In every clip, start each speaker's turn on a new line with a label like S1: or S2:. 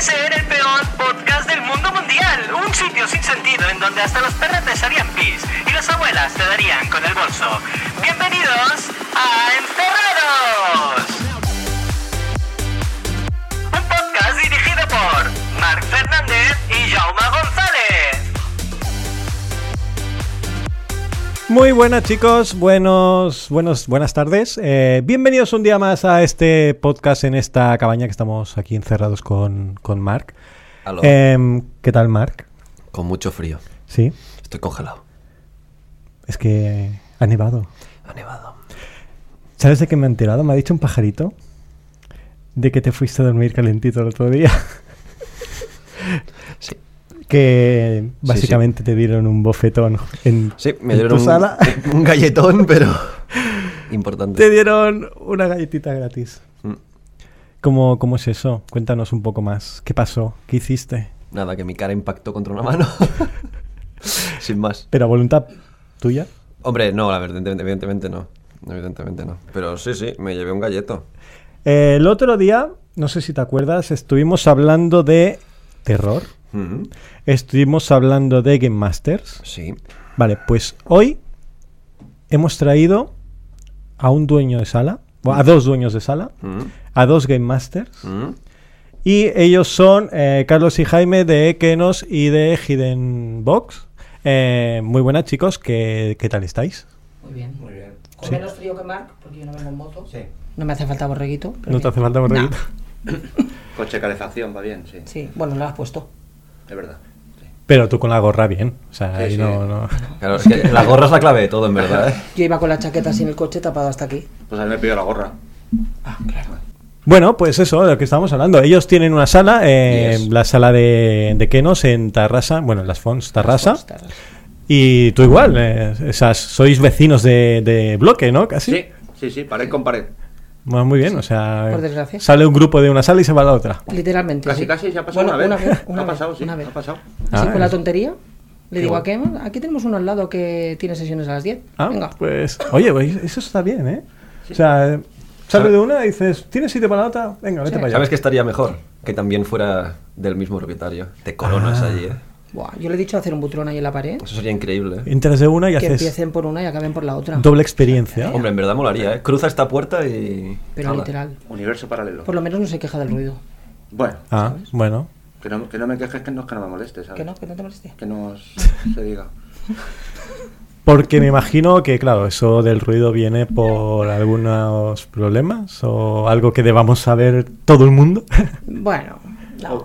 S1: ser el peor podcast del mundo mundial. Un sitio sin sentido en donde hasta los perros te harían pis y las abuelas te darían con el bolso. Bienvenidos a Encerrados. Un podcast dirigido por Marc Fernández y Jaume González.
S2: Muy buenas chicos, buenos, buenos, buenas tardes. Eh, bienvenidos un día más a este podcast en esta cabaña que estamos aquí encerrados con, con Mark. Em,
S3: Aló.
S2: ¿Qué tal Mark?
S3: Con mucho frío.
S2: Sí,
S3: Estoy congelado.
S2: es que ha nevado.
S3: Ha nevado.
S2: ¿Sabes de qué me he enterado? Me ha dicho un pajarito de que te fuiste a dormir calentito el otro día.
S3: Sí.
S2: que
S3: sí.
S2: básicamente te dieron un bofetón en,
S3: Sí, me
S2: en tu
S3: dieron un,
S2: sala.
S3: un galletón, pero
S2: te
S3: importante.
S2: dieron una galletita gratis.
S3: Mm,
S2: ¿Cómo, ¿Cómo es eso? Cuéntanos un poco más. ¿Qué pasó? ¿Qué hiciste?
S3: Nada, que mi cara impactó contra una mano. Sin más.
S2: ¿Pero a voluntad tuya?
S3: Hombre, no, la verdad, evidente- evidentemente no. Evidentemente no. Pero sí, sí, me llevé un galleto.
S2: Eh, el otro día, no sé si te acuerdas, estuvimos hablando de terror.
S3: Mhm.
S2: Estuvimos hablando de Game Masters.
S3: Sí.
S2: Vale, pues hoy hemos traído a un dueño de sala, o a dos dueños de sala,
S3: Mhm.
S2: a dos Game Masters.
S3: Mhm.
S2: Y ellos son eh, Carlos y Jaime de Kenos y de Hidden Box. Eh, muy buenas chicos, ¿qué, qué tal estáis?
S4: Muy bien. Muy bien. Con
S2: Sí.
S4: menos frío que Marc, porque yo no vengo en moto. No me hace falta borreguito. pero
S2: No te
S4: bien.
S2: hace falta borreguito.
S5: Coche calefacción, va bien, sí,
S4: Sí, bueno, lo has puesto.
S5: es verdad.
S2: Pero tú con la gorra bien. O sea,
S5: Sí,
S2: ahí
S5: sí.
S2: no- no.
S3: Claro, es que la gorra es la clave de todo, en verdad, ¿eh?
S4: Yo iba con la chaqueta sin el coche tapado hasta aquí.
S5: Pues a mí me pidió la gorra.
S2: Bueno, pues eso, de lo que estábamos hablando. Ellos tienen una sala, eh,
S3: Yes.
S2: la sala de, de Kenos en Tarrasa, bueno, en Las Fons, Tarrasa.
S4: Pues, tarrasa.
S2: Y tú igual, eh, o sea, sois vecinos de, de bloque, ¿no? Casi.
S5: Sí, sí, sí, pared con pared.
S2: Bueno, muy bien, o sea,
S4: Por desgracia.
S2: sale un grupo de una sala y se va a la otra.
S4: Literalmente.
S5: Casi,
S4: sí.
S5: casi, se ha pasado
S4: Bueno,
S5: una vez.
S4: una
S5: ha pasado, sí,
S4: una vez.
S5: ha pasado.
S2: Ah,
S4: Así con la
S2: es-
S4: tontería. Le digo
S2: bueno.
S4: a Kem, aquí tenemos uno al lado que tiene sesiones a las 10.
S2: Ah,
S4: Venga.
S2: pues, oye, pues eso está bien, ¿eh? O sea, eh, sale de una y dices, ¿tienes sitio para la otra? Venga, vete
S4: Sí.
S2: para allá.
S3: ¿Sabes qué estaría mejor? Que también fuera del mismo propietario. Te coronas allí, ¿eh?
S4: Buah, yo le he dicho hacer un butrón ahí en la pared.
S3: Eso sería increíble, ¿eh?
S2: Entras de una y
S4: que
S2: Pues, haces
S4: empiecen por una y acaben por la otra.
S2: doble experiencia.
S3: Hombre, en verdad molaría, ¿eh? Cruza esta puerta y...
S2: Ah,
S4: Pero
S3: Hala.
S4: literal.
S5: Universo paralelo.
S4: Por lo menos no se queja del ruido.
S5: Bueno,
S2: Ah, bueno.
S5: que no, que no me quejes, que no es que no me moleste, ¿sabes?
S4: Que no, que no te moleste.
S5: Que no os- se diga.
S2: Porque me imagino que, claro, eso del ruido viene por algunos problemas o algo que debamos saber todo el mundo.
S4: Bueno, no.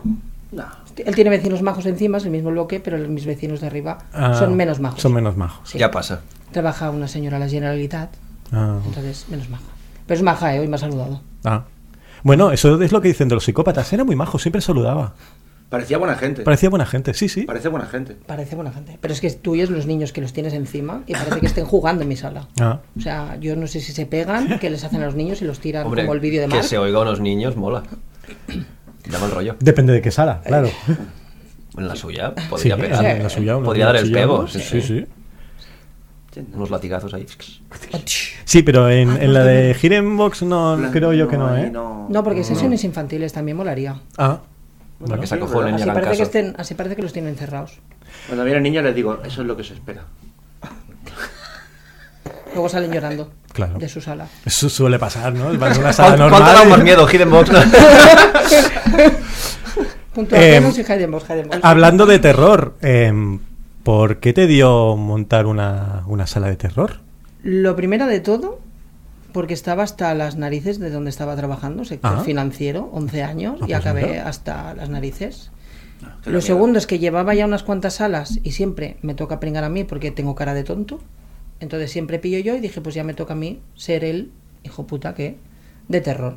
S5: No.
S4: Él tiene vecinos majos encima, es el mismo bloque, pero los- mis vecinos de arriba
S2: Ah,
S4: son menos majos.
S2: Son menos majos.
S4: Sí.
S3: Ya pasa.
S4: Trabaja una señora a la Generalitat,
S2: Ah,
S4: entonces menos maja. Pero es maja, ¿eh? hoy me ha saludado.
S2: ah. Bueno, eso es lo que dicen de los psicópatas. Era muy majo, siempre saludaba.
S5: Parecía buena gente.
S2: Parecía buena gente, sí, sí.
S5: Parece buena gente.
S4: Parece buena gente. Pero es que tuyos los niños que los tienes encima y parece que estén jugando en mi sala.
S2: Ah.
S4: O sea, yo no sé si se pegan, qué les hacen a los niños y los tiran
S3: Hombre,
S4: como el vídeo de
S3: que
S4: Marc.
S3: se oiga a unos niños mola. Da mal rollo.
S2: Depende de qué sala,
S4: Eh.
S2: claro.
S3: En la suya
S2: Sí,
S3: podría pegar.
S2: en la suya, una
S3: podría dar el
S2: cuchilla,
S3: pego.
S2: ¿no?
S3: Sí,
S2: Sí, sí.
S3: Unos latigazos ahí.
S2: Sí, pero en, en la de Hirenbox no creo yo que no,
S5: ahí
S2: ¿eh?
S5: no-
S4: No, porque sesiones infantiles también molaría.
S2: Ah,
S3: Para que se
S5: sí,
S3: acojonen y
S4: Así
S3: hagan
S4: parece, que este-
S3: caso.
S4: estén, así parece que los tienen encerrados.
S5: Cuando vienen niños les digo, eso es lo que se espera.
S4: Luego salen llorando
S2: Claro.
S4: de su sala.
S2: eso suele pasar, ¿no? Vas a una sala
S3: ¿Cuánto
S2: normal. ¿eh?
S3: da más miedo, Hidden Box?
S4: Junto a
S2: Eh,
S4: Genos y Hayden Bosch, Hayden Bosch.
S2: Hablando de terror, em, ¿por qué te dio montar una, una sala de terror?
S4: Lo primero de todo, porque estaba hasta las narices de donde estaba trabajando, sector
S2: Ah.
S4: financiero, 11 años,
S2: Ah,
S4: y
S2: pues
S4: acabé
S2: mira. Ah,
S4: hasta las narices.
S5: Te da
S4: Lo
S5: miedo.
S4: segundo es que llevaba ya unas cuantas salas y siempre me toca pringar a mí porque tengo cara de tonto. Entonces siempre pillo yo y dije, pues ya me toca a mí ser el hijo puta que de terror.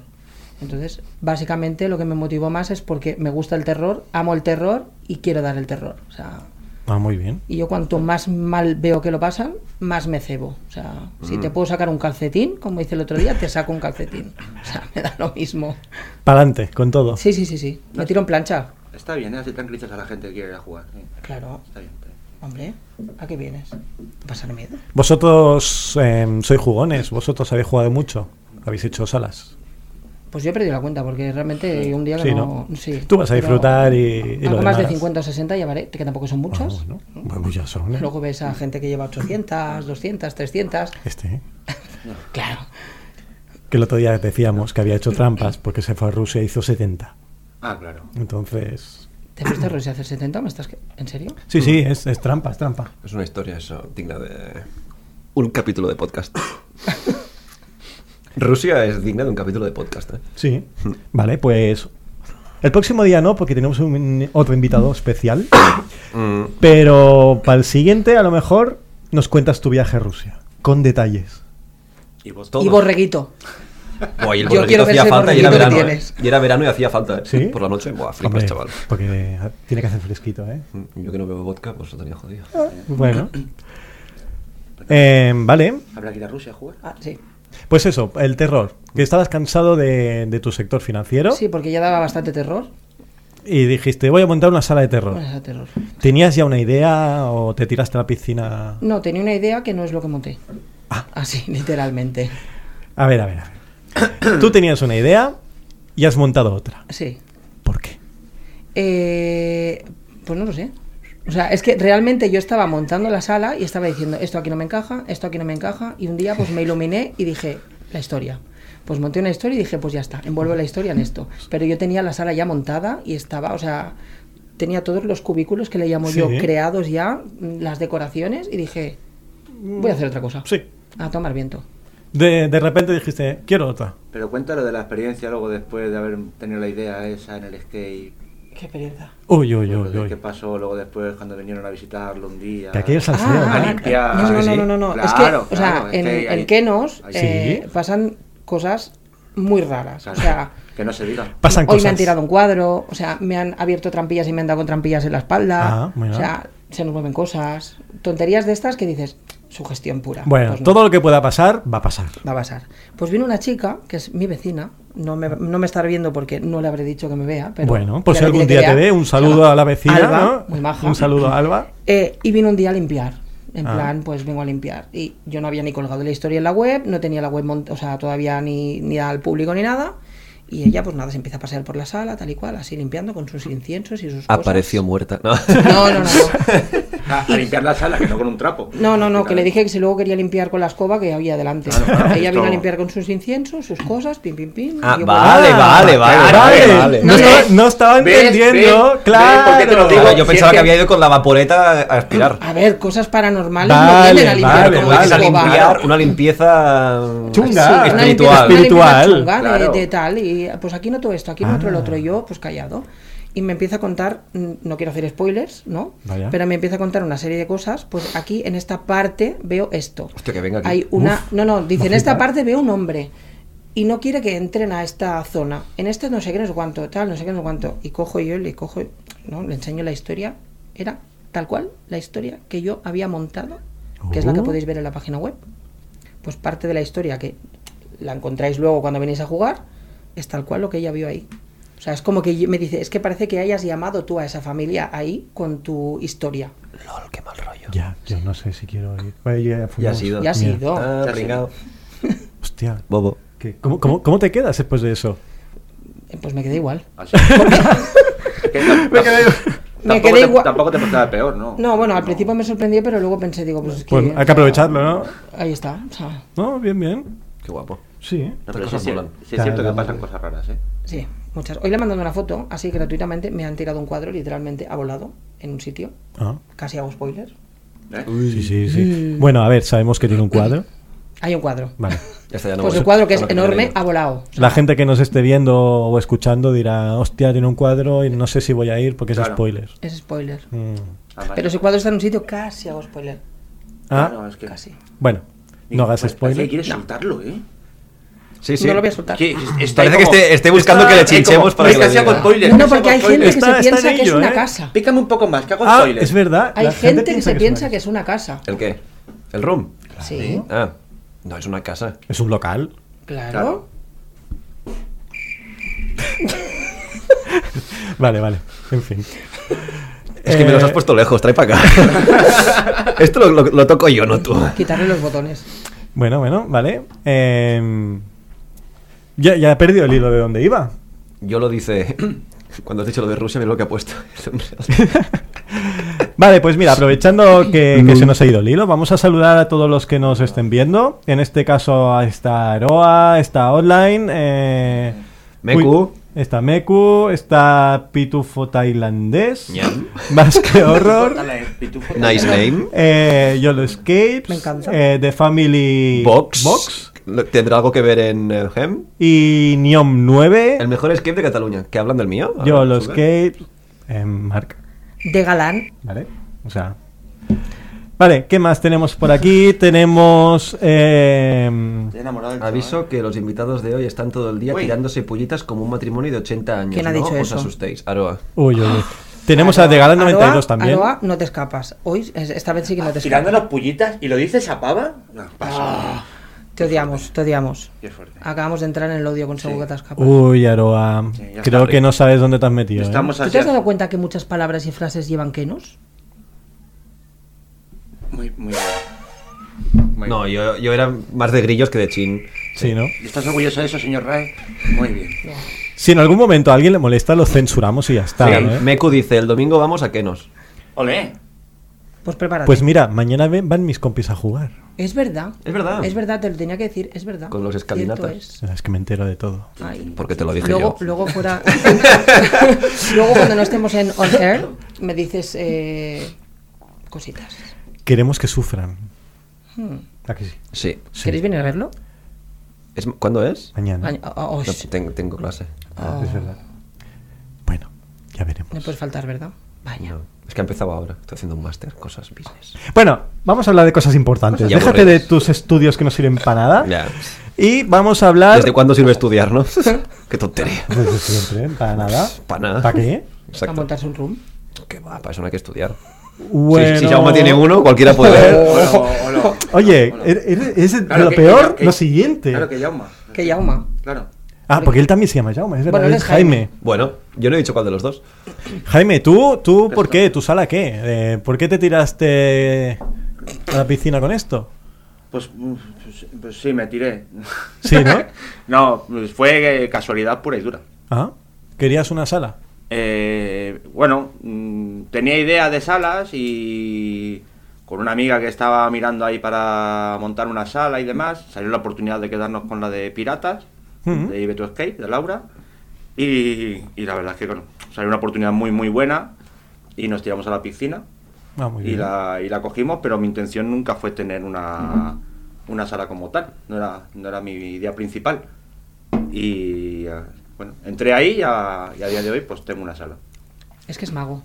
S4: Entonces, básicamente lo que me motivó más es porque me gusta el terror, amo el terror y quiero dar el terror. O sea,
S2: Ah, muy bien.
S4: y yo cuanto más mal veo que lo pasan, más me cebo. O sea, si
S2: Mm.
S4: te puedo sacar un calcetín, como hice el otro día, te saco un calcetín. O sea, me da lo mismo.
S2: Pa'lante, con todo.
S4: Sí, sí, sí, sí. Me tiro en plancha.
S5: Está bien, ¿eh? así tranquilizas a la gente que quiere ir a jugar. sí.
S4: Claro.
S5: Está bien, está bien.
S4: Hombre, ¿a qué vienes? ¿A pasar miedo?
S2: Vosotros em, sois jugones, vosotros habéis jugado mucho, habéis hecho salas.
S4: Pues yo he perdido la cuenta porque realmente un día que
S2: Sí,
S4: no.
S2: ¿no?
S4: sí,
S2: Tú vas a
S4: pero
S2: disfrutar y- y lo
S4: algo más de
S2: demás.
S4: 50 o 60 llevaré, que tampoco son muchas.
S2: Vamos, ¿no? Ah, Bueno, ya son. ¿eh?
S4: Luego ves a gente que lleva 800, 200, 300.
S2: Este, ¿eh?
S4: Claro.
S2: que el otro día decíamos que había hecho trampas porque se fue a Rusia e hizo 70.
S5: Ah, claro.
S2: Entonces.
S4: ¿Te fuiste a Rusia a hacer 70? ¿Me estás... que- ¿En serio?
S2: Sí, sí,
S3: Mm.
S2: es, es trampa, es trampa.
S3: Es una historia eso, digna de un capítulo de podcast. Rusia es digna de un capítulo de podcast, ¿eh?
S2: Sí. Vale, pues. El próximo día no, porque tenemos un- otro invitado especial. Mm. Pero para el siguiente, a lo mejor, nos cuentas tu viaje a Rusia. Con detalles.
S5: Y vos
S4: Y borreguito.
S3: Buah, y el
S4: Yo
S3: borreguito
S4: quiero ver
S3: hacía
S4: ese
S3: falta y era
S4: borreguito que
S3: verano. ¿eh?
S4: tienes.
S3: Y era verano y hacía falta, ¿eh?
S2: ¿Sí?
S3: Por la noche, buah, flipas,
S2: Hombre,
S3: chaval.
S2: Porque tiene que hacer fresquito, ¿eh?
S3: Yo que no bebo vodka, pues lo tenía jodido. Mm.
S2: Bueno. Eh, vale,
S5: ¿Habrá que ir a Rusia a jugar?
S4: Ah, sí.
S2: pues eso, el terror. Que estabas cansado de, de tu sector financiero
S4: Sí, porque ya daba bastante terror.
S2: y dijiste, voy a montar una sala de terror.
S4: Bueno, era terror.
S2: ¿Tenías ya una idea o te tiraste a la piscina?
S4: No, tenía una idea que no es lo que monté. Así, literalmente.
S2: A ver, a ver, a ver. Tú tenías una idea y has montado otra.
S4: Sí.
S2: ¿Por qué?
S4: Eh, pues no lo sé. O sea, es que realmente yo estaba montando la sala y estaba diciendo, esto aquí no me encaja, esto aquí no me encaja, y un día pues me iluminé y dije, la historia. Pues monté una historia y dije, pues ya está, envuelvo la historia en esto. Pero yo tenía la sala ya montada y estaba, o sea, tenía todos los cubículos que le llamo yo
S2: Sí.
S4: creados ya, mm, las decoraciones, y dije, voy a hacer otra cosa.
S2: Sí.
S4: A tomar viento.
S2: De, de repente dijiste, quiero otra.
S5: Pero cuéntalo de la experiencia luego después de haber tenido la idea esa en el skate.
S4: Qué pereza.
S2: Uy, uy,
S5: Luego
S2: uy,
S5: de ¿Qué
S2: uy.
S5: pasó luego después cuando vinieron a visitarlo un día?
S2: Que aquí el salseo.
S5: a
S4: Ah,
S5: limpiar.
S4: No, no,
S3: Sí,
S4: no,
S3: sí.
S4: no, no, no.
S5: Claro,
S4: es que, o sea,
S5: claro, es
S4: en,
S5: que hay-
S4: en Kenos
S5: hay-
S4: eh,
S2: Sí.
S4: pasan cosas muy raras. O sea,
S5: que no se diga.
S2: Pasan
S4: hoy
S2: cosas.
S4: me han tirado un cuadro, o sea, me han abierto trampillas y me han dado con trampillas en la espalda.
S2: Ah, bueno.
S4: O sea, se nos mueven cosas. Tonterías de estas que dices, sugestión pura.
S2: Bueno,
S4: Pues no,
S2: todo lo que pueda pasar, va a pasar.
S4: Va a pasar. Pues vino una chica, que es mi vecina, no me, no me estará viendo porque no le habré dicho que me vea, pero...
S2: bueno, pues
S4: ya
S2: si
S4: le diré
S2: algún
S4: que
S2: día te
S4: vea.
S2: ve, un saludo
S4: Alba.
S2: a la vecina,
S4: Alba,
S2: ¿no?
S4: muy maja.
S2: Un saludo a Alba.
S4: Eh, y vino un día a limpiar. En
S2: Ah.
S4: plan, pues vengo a limpiar. Y yo no había ni colgado la historia en la web, no tenía la web, mont- o sea, todavía ni, ni al público ni nada. Y ella, pues nada, se empieza a pasear por la sala, tal y cual, así limpiando con sus inciensos y sus cosas.
S3: Apareció muerta. No.
S4: No, no, no. no.
S5: A, a limpiar la sala, que no con un trapo.
S4: No, no, no, que le dije que si luego quería limpiar con la escoba que había delante.
S5: Claro,
S2: Ah,
S5: claro,
S4: Ella vino a
S5: esto-
S4: limpiar con sus inciensos, sus cosas, pim, pim, pim.
S3: Ah,
S4: y yo,
S3: vale,
S2: Ah,
S3: vale, vale, vale, vale.
S2: No,
S4: ¿Ves?
S2: estaba, no estaba
S5: ¿Ves?
S2: entendiendo,
S5: ¿Ves? ¿Ves?
S2: claro.
S5: ¿Por qué te lo digo?
S3: Claro,
S5: Si
S3: yo
S5: es
S3: pensaba que
S5: que-
S3: había ido con la vaporeta a aspirar.
S4: A ver, cosas paranormales
S2: Vale,
S4: no vienen a limpiar
S2: vale,
S4: con
S3: Como
S4: la
S3: dices, a
S2: vale.
S4: escoba.
S3: limpiar, una
S2: Chunga.
S3: limpieza sí,
S4: Sí,
S3: espiritual.
S4: una limpieza- una limpieza
S2: Espiritual.
S4: chunga de-
S5: Claro.
S4: de, tal, y pues aquí noto esto, aquí noto el
S2: Ah.
S4: otro, y yo pues callado. Y me empieza a contar, mm, no quiero hacer spoilers, ¿no?
S2: Vaya.
S4: Pero me empieza a contar una serie de cosas, pues aquí en esta parte veo esto.
S3: Hostia, que venga aquí.
S4: Hay una,
S2: Uf,
S4: no, no, dice, en
S2: imagina.
S4: esta parte veo un hombre. Y no quiere que entren a esta zona. En este no sé qué, no sé cuánto, tal, no sé qué, no sé cuánto. Y cojo yo, le cojo, ¿no? Le enseño la historia. Era tal cual la historia que yo había montado, que es la que
S2: Oh.
S4: podéis ver en la página web pues parte de la historia que la encontráis luego cuando venís a jugar es tal cual lo que ella vio ahí. O sea, es como que yo- me dice, es que parece que hayas llamado tú a esa familia ahí con tu historia.
S3: Lol, qué mal rollo.
S2: Ya, yo no sé si quiero ir. Oye, ya,
S3: Ya ha
S2: fuimos.
S3: sido.
S4: Ya ha
S2: Mira.
S4: sido.
S3: Ah,
S5: Ya ha
S3: pringao.
S2: Hostia,
S3: Bobo.
S2: ¿qué- ¿Cómo, cómo, cómo te quedas después de eso?
S4: Eh, Pues me quedé igual.
S5: Así. Que
S4: Me
S5: tam- tampoco
S4: quedé
S5: te-
S4: igual.
S5: Tampoco te portaba peor, ¿no?
S4: No, bueno, al principio me sorprendió, pero luego pensé, digo, pues es que...
S2: Pues hay que aprovecharlo, ¿no?
S4: Ahí está. o sea,
S2: No, bien, bien.
S3: Qué guapo.
S2: Sí.
S5: No,
S3: Estas
S5: pero sí,
S3: cosas
S5: sí,
S3: molan.
S5: sí es cierto que
S2: Claro.
S5: pasan cosas raras, ¿eh?
S4: sí, muchas. Hoy le he mandado una foto, así gratuitamente, me han tirado un cuadro, literalmente, ha volado en un sitio.
S2: Ah.
S4: Casi hago spoilers.
S5: ¿Eh?
S2: Sí, sí, sí. Bueno, a ver, sabemos que tiene un cuadro.
S4: Hay un cuadro.
S2: Vale.
S3: Ya está, ya no
S4: Pues
S3: voy.
S4: el cuadro que es
S3: Ahora me
S4: enorme
S3: quedo
S4: ha
S3: yo.
S4: volado.
S2: La gente que nos esté viendo o escuchando dirá, hostia, tiene un cuadro y no sé si voy a ir porque es
S5: Claro.
S2: spoiler.
S4: Es spoiler.
S2: Mm.
S5: Además-
S4: Pero ese cuadro está en un sitio, casi hago spoiler.
S2: Ah,
S5: Claro, es que-
S4: Casi.
S2: bueno, no hagas
S3: pues,
S5: Parece que
S2: spoiler.
S5: quieres soltarlo, ¿eh?
S3: Sí, sí.
S4: ah, No lo voy a soltar.
S5: Que está ahí
S3: Parece que
S5: como-
S3: esté, esté buscando
S5: está
S3: que le
S5: ahí como,
S3: chinchemos para que
S5: "Venga,
S3: lo
S5: si hago
S3: diga".
S5: spoiler.
S4: No,
S5: si
S4: porque hay
S5: hago spoiler.
S4: gente que se
S2: Está- está
S4: piensa
S2: en
S4: que es
S2: ello,
S4: una
S2: ¿eh?
S4: casa.
S5: Pícame un poco más, que hago
S2: Ah,
S5: spoiler.
S2: es verdad.
S4: Hay
S2: la
S4: gente, que se piensa
S2: una casa.
S4: que es una casa.
S3: ¿El qué? ¿El room?
S4: Sí,
S3: Ah, no, es una casa.
S2: Es un local.
S4: claro.
S5: Claro.
S2: Vale, vale. En fin.
S3: Es que me los
S2: Eh,
S3: has puesto lejos, trae para acá. Esto lo, lo- lo toco yo, no tú.
S4: Quitarle los botones.
S2: Bueno, bueno, vale. Em, Ya, ya he perdido el hilo de dónde iba.
S3: Yo lo dice. Cuando has dicho lo de Rusia, mira lo que ha puesto.
S2: Vale, pues mira, aprovechando que, que se nos ha ido el hilo, vamos a saludar a todos los que nos estén viendo. En este caso está Aroa, está Online, eh,
S3: Meku.
S2: uy, está Meku, está Pitufo Tailandés,
S3: Ñam.
S2: Más que Horror,
S5: Dale, pitufo.
S3: nice name.
S2: eh, Yolo Escapes,
S4: Me encanta.
S2: eh, The Family
S3: Box.
S2: Box
S3: Lo- ¿Tendrá algo que ver en eh, Hem?
S2: y Niom 9,
S3: El mejor escape de Cataluña. ¿Que hablan del mío?
S2: Yolo
S3: Sube.
S2: Escapes, eh, Mark.
S4: De galán.
S2: ¿Vale? O sea. Vale, ¿qué más tenemos por aquí? Tenemos. em,
S5: Estoy enamorado del
S3: Aviso
S5: chaval.
S3: que los invitados de hoy están todo el día
S5: Uy.
S3: tirándose pullitas como un matrimonio de 80 años.
S4: ¿Quién ha
S3: no
S4: dicho
S3: os
S4: eso?
S3: asustéis. Aroa.
S2: uy, uy, uy. Tenemos a
S4: Aroa-
S2: De Galán 92
S4: Aroa-
S2: también.
S4: Aroa, no te escapas. Hoy, es- esta vez sí que no
S3: Ah,
S4: te
S5: Tirando
S4: escapas.
S5: las pullitas y lo dices a pava. No, pasa.
S4: Ah. Te odiamos, te odiamos.
S5: Qué fuerte.
S4: Acabamos de entrar en el odio con seguro que te escapas.
S2: Uy, Aroa.
S5: Sí, ya
S2: Creo
S5: está,
S2: que no sabes dónde te has metido. ¿eh?
S5: Estamos
S4: ¿Tú te
S5: hacia...
S4: has dado cuenta que muchas palabras y frases llevan quenos?
S5: Muy, muy Muy
S3: No, yo, yo era más de grillos que de chin.
S2: Sí, ¿no?
S5: ¿Estás orgulloso de eso, señor Rae? Muy bien.
S2: Si en algún momento a alguien le molesta, lo censuramos y ya está.
S3: Mira,
S2: ¿no, eh?
S3: Meku dice, el domingo vamos a Kenos.
S5: ¡Olé!
S4: Pues prepárate.
S2: Pues mira, mañana ven- van mis compis a jugar.
S4: es verdad.
S3: Es verdad.
S4: Es verdad, te lo tenía que decir, es verdad.
S3: Con los
S4: Cierto
S3: escalinatas.
S2: O
S4: es.
S2: sea, Es que me entero de todo.
S4: Ay.
S3: Porque te lo dije
S4: Luego,
S3: yo.
S4: luego fuera. luego cuando no estemos en on air, me dices eh, cositas. Hmm.
S2: Queremos que sufran. ¿A que sí?
S3: Sí.
S2: Sí.
S4: ¿Queréis venir a verlo?
S3: ¿Es, ¿Cuándo es?
S2: Mañana.
S4: Ay, oh, oh,
S3: No,
S4: sh-
S3: tengo, tengo clase.
S2: Ah, es verdad. Bueno, ya veremos.
S4: no puedes faltar, ¿verdad? Vaya.
S3: No, Es que ha empezado ahora. Estoy haciendo un máster, cosas business.
S2: Bueno, vamos a hablar de cosas importantes.
S3: Y
S2: Déjate de
S3: aburridas.
S2: tus estudios que no sirven para
S4: Ah.
S2: nada.
S3: Ya.
S2: Y vamos a hablar.
S3: ¿Desde cuándo sirve estudiar, no? Qué tontería.
S2: Desde siempre, para
S5: Pues,
S2: nada.
S3: Para nada.
S2: ¿Para qué?
S4: A
S3: Exacto.
S4: montarse un room.
S3: Que va, para eso no hay que estudiar.
S2: Bueno.
S3: Si, si Jaume tiene uno, cualquiera puede ver.
S5: Hola, hola.
S2: Oh. Oye,
S5: Hola.
S2: er- er- es de
S5: Claro
S2: lo
S5: que-
S2: peor
S5: que-
S2: lo siguiente.
S5: Claro que Yauma.
S4: Que Yauma.
S5: Claro.
S2: Ah, porque él también se llama Jaume, es verdad.
S4: Bueno, él
S2: es
S4: es
S2: Jaime.
S4: Jaime.
S3: Bueno, yo no he dicho cuál de los dos.
S2: Jaime, ¿tú, tú por qué? ¿Tu sala qué? Eh, ¿Por qué te tiraste a la piscina con esto?
S5: Pues, mm, pues, pues sí, me tiré.
S2: Sí, ¿no?
S5: No, pues fue eh, casualidad pura y dura.
S2: Ajá. Ah, ¿Querías una sala?
S5: Eh, bueno, mm, tenía idea de salas y con una amiga que estaba mirando ahí para montar una sala y demás, salió la oportunidad de quedarnos con la de Piratas,
S2: Ujú.
S5: de Ibeto Escape, de Laura, y, y la verdad es que bueno, salió una oportunidad muy muy buena y nos tiramos a la piscina
S2: Ah, muy
S5: y
S2: bien.
S5: la, y la cogimos, pero mi intención nunca fue tener una, una sala como tal, no era, no era mi idea principal. Y ah, bueno, entré ahí y a, y a día de hoy pues tengo una sala.
S4: Es que es mago.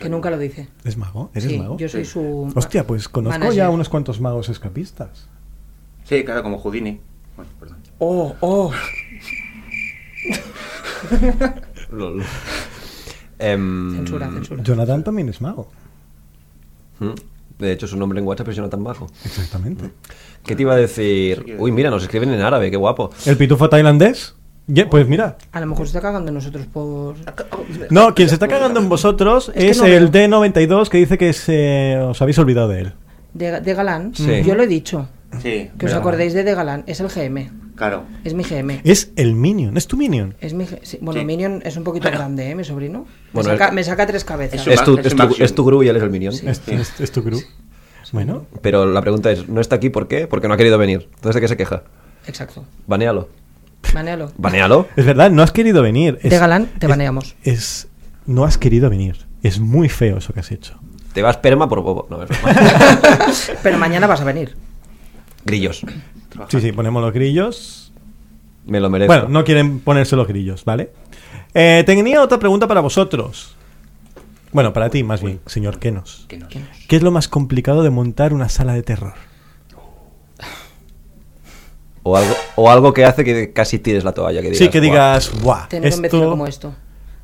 S4: Que nunca lo dice.
S2: ¿Es mago? ¿Eres
S4: Sí,
S2: mago?
S4: yo soy
S5: Sí.
S4: su.
S2: Hostia, pues conozco
S4: manager.
S2: ya unos cuantos magos escapistas.
S5: Sí, claro, como Houdini. Bueno, perdón.
S4: Oh, oh.
S3: Lol. Em,
S2: Mm,
S4: Censura, censura.
S2: Jonathan también es mago.
S3: ¿Mm? De hecho, su nombre en WhatsApp es Jonathan Bajo.
S2: Exactamente.
S3: ¿Qué te iba a decir? Uy, mira, nos escriben en árabe, qué guapo.
S2: ¿El pitufo tailandés? Ye- pues mira.
S4: A lo mejor se está cagando en nosotros por.
S2: No, quien se está cagando en vosotros
S4: Es que
S2: es,
S4: no
S2: el
S4: veo.
S2: D92 que dice que se, os habéis olvidado de él.
S4: De, de Galán.
S3: Sí.
S4: Yo lo he dicho.
S5: Sí,
S4: Que os
S5: pero-
S4: acordéis de De Galán. Es el GM.
S5: Claro.
S4: Es mi GM.
S2: Es el Minion, es tu Minion.
S4: Es mi ge- sí, bueno,
S5: Sí.
S4: Minion es un poquito grande, ¿eh? Mi sobrino. Me,
S3: Bueno,
S4: saca,
S3: es-
S4: me saca tres cabezas.
S5: Eso-
S3: Es tu,
S5: es
S3: es
S5: un
S3: tu-
S5: action.
S3: es tu guru y él es el minion.
S2: Es, es- es tu crew. Bueno,
S3: Pero la pregunta es, ¿no está aquí por qué? Porque no ha querido venir. Entonces, ¿de qué se queja?
S4: Exacto.
S3: Banealo.
S4: Banealo.
S3: Banealo.
S2: es verdad, no has querido venir. Es-
S4: De Galán, te
S2: es-
S4: baneamos.
S2: Es, no has querido venir. Es muy feo eso que has hecho.
S3: Te vas perma por bobo. No, es broma.
S4: Pero mañana vas a venir.
S3: Grillos.
S2: Sí, sí, ponemos los grillos.
S3: Me lo merezco.
S2: Bueno, no quieren ponerse los grillos, ¿vale? Eh, tenía otra pregunta para vosotros. Bueno, para ti más bien, señor Kenos.
S5: Que no.
S2: ¿Qué es lo más complicado de montar una sala de terror?
S3: O, algo, o algo que hace que casi tires la toalla. Que digas,
S2: sí, que
S3: "Buah".
S2: digas, ¡buah!
S4: Tener un vecino
S2: esto-
S4: como esto.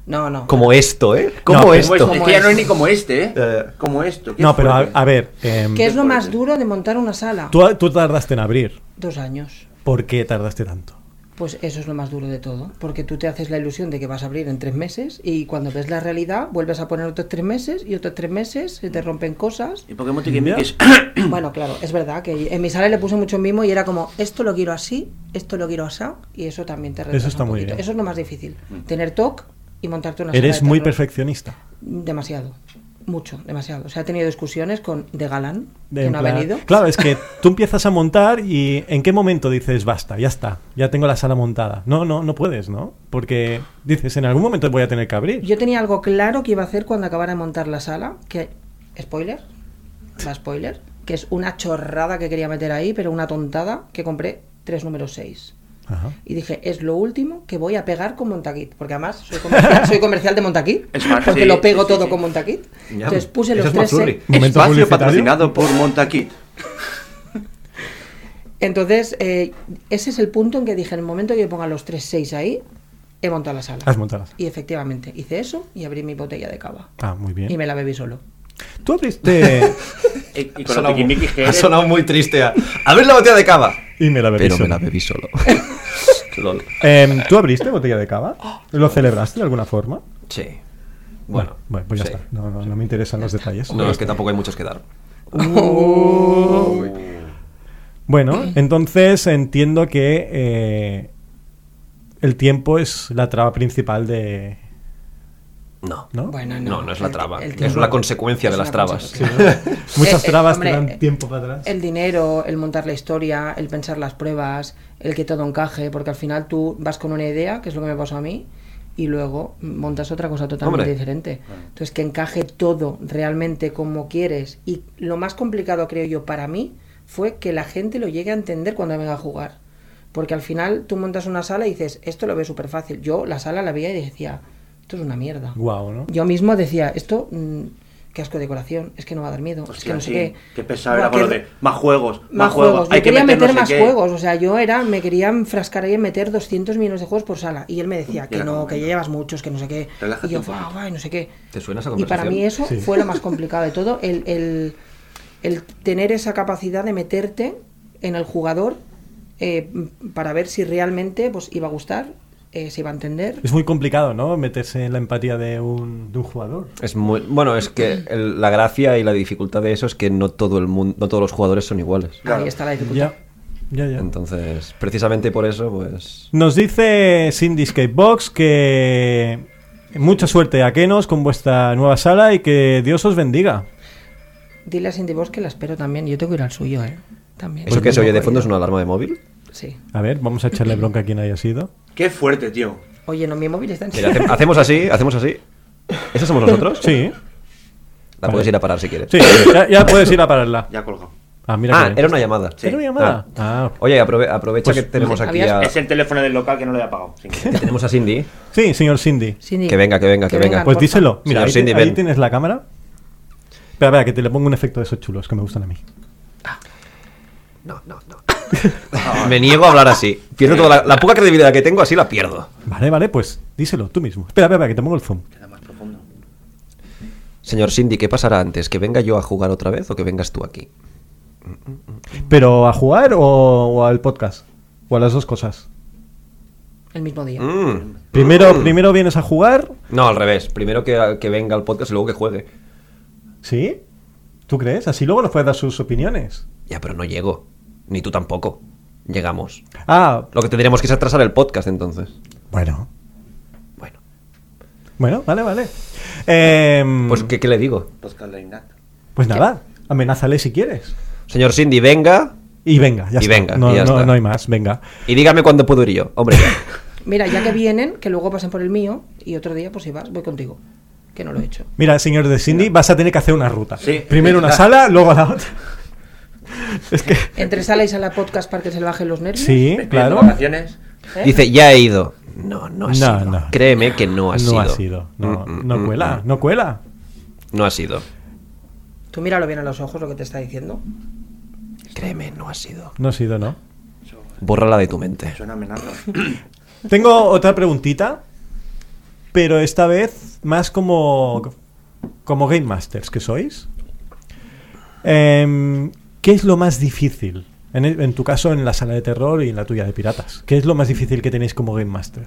S4: No, no.
S3: Como esto, ¿eh? Como
S2: No, pero-
S5: Como
S3: esto.
S5: este, es que ya no es
S4: este.
S5: ni como este, ¿eh?
S3: Eh.
S5: Como esto. qué
S2: No, pero a,
S5: fuerte.
S2: a ver, em,
S4: ¿Qué es lo
S5: fuerte.
S4: más duro de montar una sala?
S2: tú, tú tardaste en abrir.
S4: Dos años.
S2: ¿Por qué tardaste tanto?
S4: Pues eso es lo más duro de todo, porque tú te haces la ilusión de que vas a abrir en tres meses y cuando ves la realidad vuelves a poner otros tres meses y otros tres meses, se te rompen cosas.
S5: ¿Y Pokémon Tiki Mikis?
S4: bueno, claro, es verdad que en mi sala le puse mucho mimo y era como, esto lo quiero así, esto lo quiero así y eso también te retrasa
S2: Eso está
S4: un
S2: muy
S4: poquito.
S2: bien. Mm.
S4: Eso es lo más difícil, tener TOC y montarte una sala
S2: Eres
S4: de
S2: muy
S4: terror.
S2: perfeccionista.
S4: Demasiado, mucho, demasiado. O sea, he tenido discusiones con De Galán,
S2: De
S4: que
S2: en
S4: no
S2: plan-
S4: ha venido.
S2: Claro, es que tú empiezas a montar y ¿en qué momento dices basta? Ya está, ya tengo la sala montada. No, no, no puedes, ¿no? Porque dices en algún momento voy a tener que abrir.
S4: Yo tenía algo claro que iba a hacer cuando acabara de montar la sala, que spoiler, la spoiler, que es una chorrada que quería meter ahí, pero una tontada que compré tres números 6.
S2: Ajá.
S4: Y dije, es lo último que voy a pegar con Montaquit, porque además soy comercial, soy comercial de Montaquit,
S5: Es más,
S4: porque
S5: sí,
S4: lo pego
S5: sí, sí,
S4: todo
S5: sí.
S4: con Montaquit.
S3: Ya,
S4: Entonces puse
S3: eso
S4: los
S3: es
S4: tres
S3: Mazurri.
S4: se-
S2: Momento
S5: Espacio
S2: publicitario.
S5: patrocinado por Montaquit.
S4: Entonces, eh, ese es el punto en que dije, en el momento que yo ponga los tres 6 ahí, he montado la sala.
S2: Has montado la sala.
S4: Y efectivamente, hice eso y abrí mi botella de cava.
S2: Ah, muy
S4: Y
S2: bien.
S4: me la bebí solo.
S2: Tú abriste
S5: Y, y
S3: Ha
S5: con los
S3: sonado,
S5: Tiki Mikis que
S3: ha
S5: eres,
S3: sonado muy triste. A, a ver la botella de cava.
S2: y me la bebí.
S3: Pero me
S2: solo.
S3: la bebí solo. Lol.
S2: Em, ¿Tú abriste botella de cava? ¿Lo celebraste de alguna forma?
S3: Sí. Bueno,
S2: bueno pues ya
S3: sí.
S2: está. No, no, no me interesan los detalles.
S3: No, es que tampoco hay muchos que dar.
S2: Bueno, entonces entiendo que eh, el tiempo es la traba principal de...
S3: No.
S2: ¿No?
S4: Bueno, no.
S3: No, no es la
S4: El-
S3: traba.
S4: el
S3: Es
S4: tiempo-
S3: la consecuencia
S4: es
S3: de
S4: una
S3: las trabas.
S4: consecuencia.
S2: Muchas
S4: Eh, eh,
S2: trabas
S4: hombre,
S2: te dan
S4: eh,
S2: tiempo para atrás.
S4: El dinero, el montar la historia, el pensar las pruebas, el que todo encaje, porque al final tú vas con una idea, que es lo que me pasó a mí, y luego montas otra cosa totalmente
S3: Hombre.
S4: diferente. Entonces, que encaje todo realmente como quieres. Y lo más complicado, creo yo, para mí, fue que la gente lo llegue a entender cuando venga a jugar. Porque al final tú montas una sala y dices, esto lo veo súper fácil. Yo la sala la veía y decía, esto es una mierda.
S2: Guau, ¿no?
S4: Yo mismo decía, esto, mm, qué asco de decoración, es que no va a dar miedo, es que
S5: Hostia,
S4: no sé
S5: sí,
S4: qué.
S5: Qué pesado
S4: Buah,
S5: era con lo
S4: qué-
S5: de más juegos, más,
S4: Más juegos, yo
S5: hay que
S4: quería meter,
S5: no sé
S4: más
S5: qué.
S4: juegos, o sea, yo era, me quería enfrascar ahí en meter 200 millones de juegos por sala, y él me decía que
S5: Era
S4: no,
S5: como,
S4: que ya llevas muchos, que no sé qué,
S5: Relájate
S4: y yo,
S5: un poquito.
S4: guau, guau, no sé qué.
S3: ¿Te suena esa
S4: Y para
S3: conversación?
S4: mí eso
S2: Sí.
S4: fue lo más complicado de todo, el, el- el tener esa capacidad de meterte en el jugador eh, para ver si realmente pues, iba a gustar, eh, se iba a entender.
S2: Es muy complicado, ¿no? Meterse en la empatía de un, de un jugador.
S3: Es muy, bueno, es que el- la gracia y la dificultad de eso es que no todo el mundo, no todos los jugadores son iguales.
S5: Claro.
S4: Ahí está la dificultad.
S2: Ya, ya, ya.
S3: Entonces, precisamente por eso, pues.
S2: Nos dice Cindy Skatebox que mucha suerte a Kenos con vuestra nueva sala y que Dios os bendiga.
S4: Dile a Cindy Boss que la espero también. Yo tengo que ir al suyo, ¿eh? También.
S2: Pues
S3: Eso que se oye de fondo es una alarma de móvil.
S4: Sí.
S2: A ver, vamos a echarle bronca a quien haya sido.
S5: Qué fuerte, tío.
S4: Oye, no, mi móvil está en
S3: Mira, hace- hacemos así, hacemos así. ¿Esos somos nosotros?
S2: Sí,
S3: La puedes ir a parar si quieres.
S2: sí, ya, ya puedes ir a pararla.
S5: Ya colgado.
S2: Ah, mira
S3: Ah,
S2: que-
S3: era una llamada.
S5: Sí.
S2: ¿Era una llamada? Ah,
S3: Oye, aprove- aprovecha
S2: Pues,
S3: que tenemos aquí
S4: ¿habías-
S3: a,
S5: Es el teléfono del local que no lo he apagado. sin querer.
S3: que tenemos a Cindy.
S2: sí, señor Cindy.
S4: Cindy,
S3: Que venga, que venga, que venga.
S2: Pues
S4: porfa.
S2: díselo. Mira,
S3: Ah, Señor
S2: ahí,
S3: Cindy,
S2: te- ahí
S3: ven.
S2: tienes la cámara. Espera, espera, que te le pongo un efecto de esos chulos que me gustan a mí.
S3: No, no, no. Me niego a hablar así. Pierdo toda la, la poca credibilidad que tengo, así la pierdo.
S2: Vale, vale, pues díselo tú mismo. Espera, espera, espera, que te pongo el zoom.
S5: Queda más profundo.
S3: Señor Cindy, ¿qué pasará antes? ¿Que venga yo a jugar otra vez o que vengas tú aquí?
S2: ¿Pero a jugar o, o al podcast? ¿O a las dos cosas?
S4: El mismo día.
S3: Mm.
S2: Primero, primero vienes a jugar,
S3: No, al revés. Primero que, que venga al podcast y luego que juegue.
S2: ¿sí? ¿Tú crees? Así luego nos puedes dar sus opiniones.
S3: Ya, pero no llego. Ni tú tampoco. Llegamos.
S2: Ah,
S3: Lo que tendríamos que es atrasar el podcast entonces.
S2: bueno.
S3: Bueno.
S2: Bueno, vale, vale. Em,
S3: Pues, ¿qué, qué le digo?
S5: Podcast Leinat.
S2: pues nada, amenázale si quieres.
S3: Señor Cindy, venga
S2: Y venga, ya
S3: Y
S2: está.
S3: venga,
S2: no,
S3: y ya
S2: no-
S3: está.
S2: no hay más, venga.
S3: y dígame cuándo puedo ir yo. Hombre,
S4: Mira, ya que vienen, que luego pasen por el mío y otro día, pues si vas, voy contigo. Que no lo he hecho.
S2: Mira, señor de Cindy, vas a tener que hacer una ruta.
S5: Sí.
S2: Primero una sala, luego la otra. Es que.
S4: Entre sala y sala podcast para que se le bajen los nervios.
S2: Sí,
S5: Despidiendo
S2: claro.
S5: vacaciones.
S3: dice, ya he ido. No, no ha
S2: No,
S3: sido.
S2: no.
S3: Créeme que no ha sido.
S2: No ha sido. No,
S3: Mm, mm,
S2: no
S3: mm,
S2: cuela,
S3: mm.
S2: no cuela.
S3: No ha sido.
S4: Tú míralo bien a los ojos lo que te está diciendo.
S3: Créeme, no ha sido.
S2: No ha sido, ¿no?
S3: Bórrala de tu mente.
S5: Suena amenaza.
S2: Tengo otra preguntita, pero esta vez más como, como Game Masters que sois. Em, ¿Qué es lo más difícil En, el- en tu caso, en la sala de terror y en la tuya de piratas. ¿Qué es lo más difícil que tenéis como Game Master?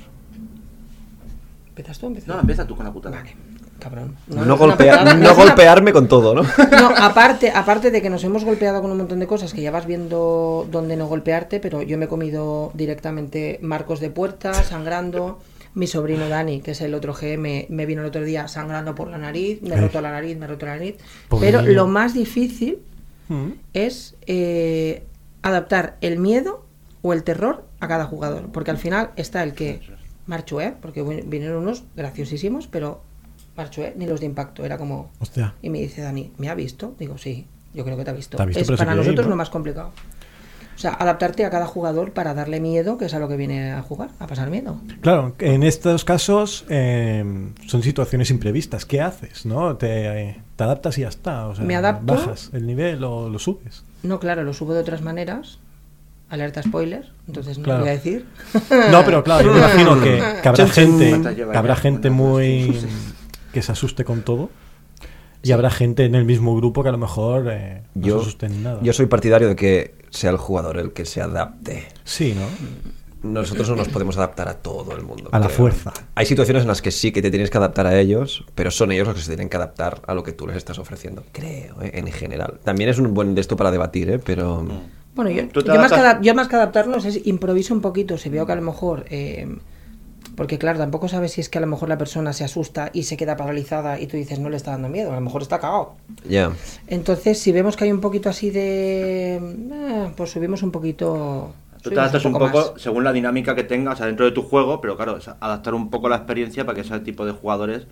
S4: ¿Empiezas tú o empiezo
S5: No,
S4: yo?
S5: empieza tú con la putada.
S4: Vale, cabrón.
S3: No,
S4: es una
S3: golpea-
S4: putada,
S3: no
S4: es una-
S3: golpearme con todo, ¿no?
S4: No, aparte, aparte de que nos hemos golpeado con un montón de cosas, que ya vas viendo dónde no golpearte, pero yo me he comido directamente marcos de puerta, sangrando. Mi sobrino Dani, que es el otro GM, me vino el otro día sangrando por la nariz, me he
S2: Ay.
S4: roto la nariz, me he roto la nariz.
S2: Pobre
S4: pero
S2: niño.
S4: lo más difícil es eh, adaptar el miedo o el terror a cada jugador. Porque al final está el que marchó, ¿eh? porque vi- vinieron unos graciosísimos, pero marchó, ¿eh? ni los de impacto. Era como.
S2: Hostia.
S4: Y me dice Dani, ¿me ha visto? Digo, sí, yo creo que te ha visto.
S2: Te ha visto,
S4: es
S2: pero se
S4: para
S2: quiere ir,
S4: nosotros
S2: ¿no?
S4: lo más complicado. O sea, adaptarte a cada jugador para darle miedo, que es a lo que viene a jugar, a pasar miedo.
S2: Claro, en estos casos eh, son situaciones imprevistas. ¿Qué haces? ¿No? Te, eh, te adaptas y ya está. O sea,
S4: Me adapto.
S2: Bajas el nivel o lo subes.
S4: No, claro, lo subo de otras maneras. Alerta spoiler, entonces no
S2: Claro.
S4: voy a decir. Ah.
S2: No, pero claro, yo me imagino que, que habrá
S3: Chin, chin.
S2: gente,
S5: Mata lleva
S2: que habrá
S5: ya
S2: gente
S5: una, dos,
S2: muy
S5: tres, sí,
S2: que se asuste con todo y habrá gente en el mismo grupo que a lo mejor eh, no se
S3: Yo,
S2: asuste en nada.
S3: yo soy partidario de que sea el jugador el que se adapte.
S2: Sí, ¿no?
S3: Nosotros no nos podemos adaptar a todo el mundo.
S2: A la fuerza.
S3: Hay situaciones en las que sí que te tienes que adaptar a ellos, pero son ellos los que se tienen que adaptar a lo que tú les estás ofreciendo, creo, ¿eh? en general. También es un buen de esto para debatir, ¿eh? pero...
S4: Bueno, yo,
S5: Tú te
S4: yo más, que
S5: adaptas-
S4: adap- yo más que adaptarnos es improviso un poquito. Si veo que a lo mejor. eh, porque claro, tampoco sabes si es que a lo mejor la persona se asusta y se queda paralizada y tú dices no le está dando miedo, a lo mejor está cagado.
S3: Ya.
S4: Entonces, si vemos que hay un poquito así de. eh, pues subimos un poquito.
S5: Tú te
S4: subimos
S5: adaptas un poco
S4: más.
S5: según la dinámica que tengas dentro de tu juego, pero claro, es adaptar un poco la experiencia para que ese tipo de jugadores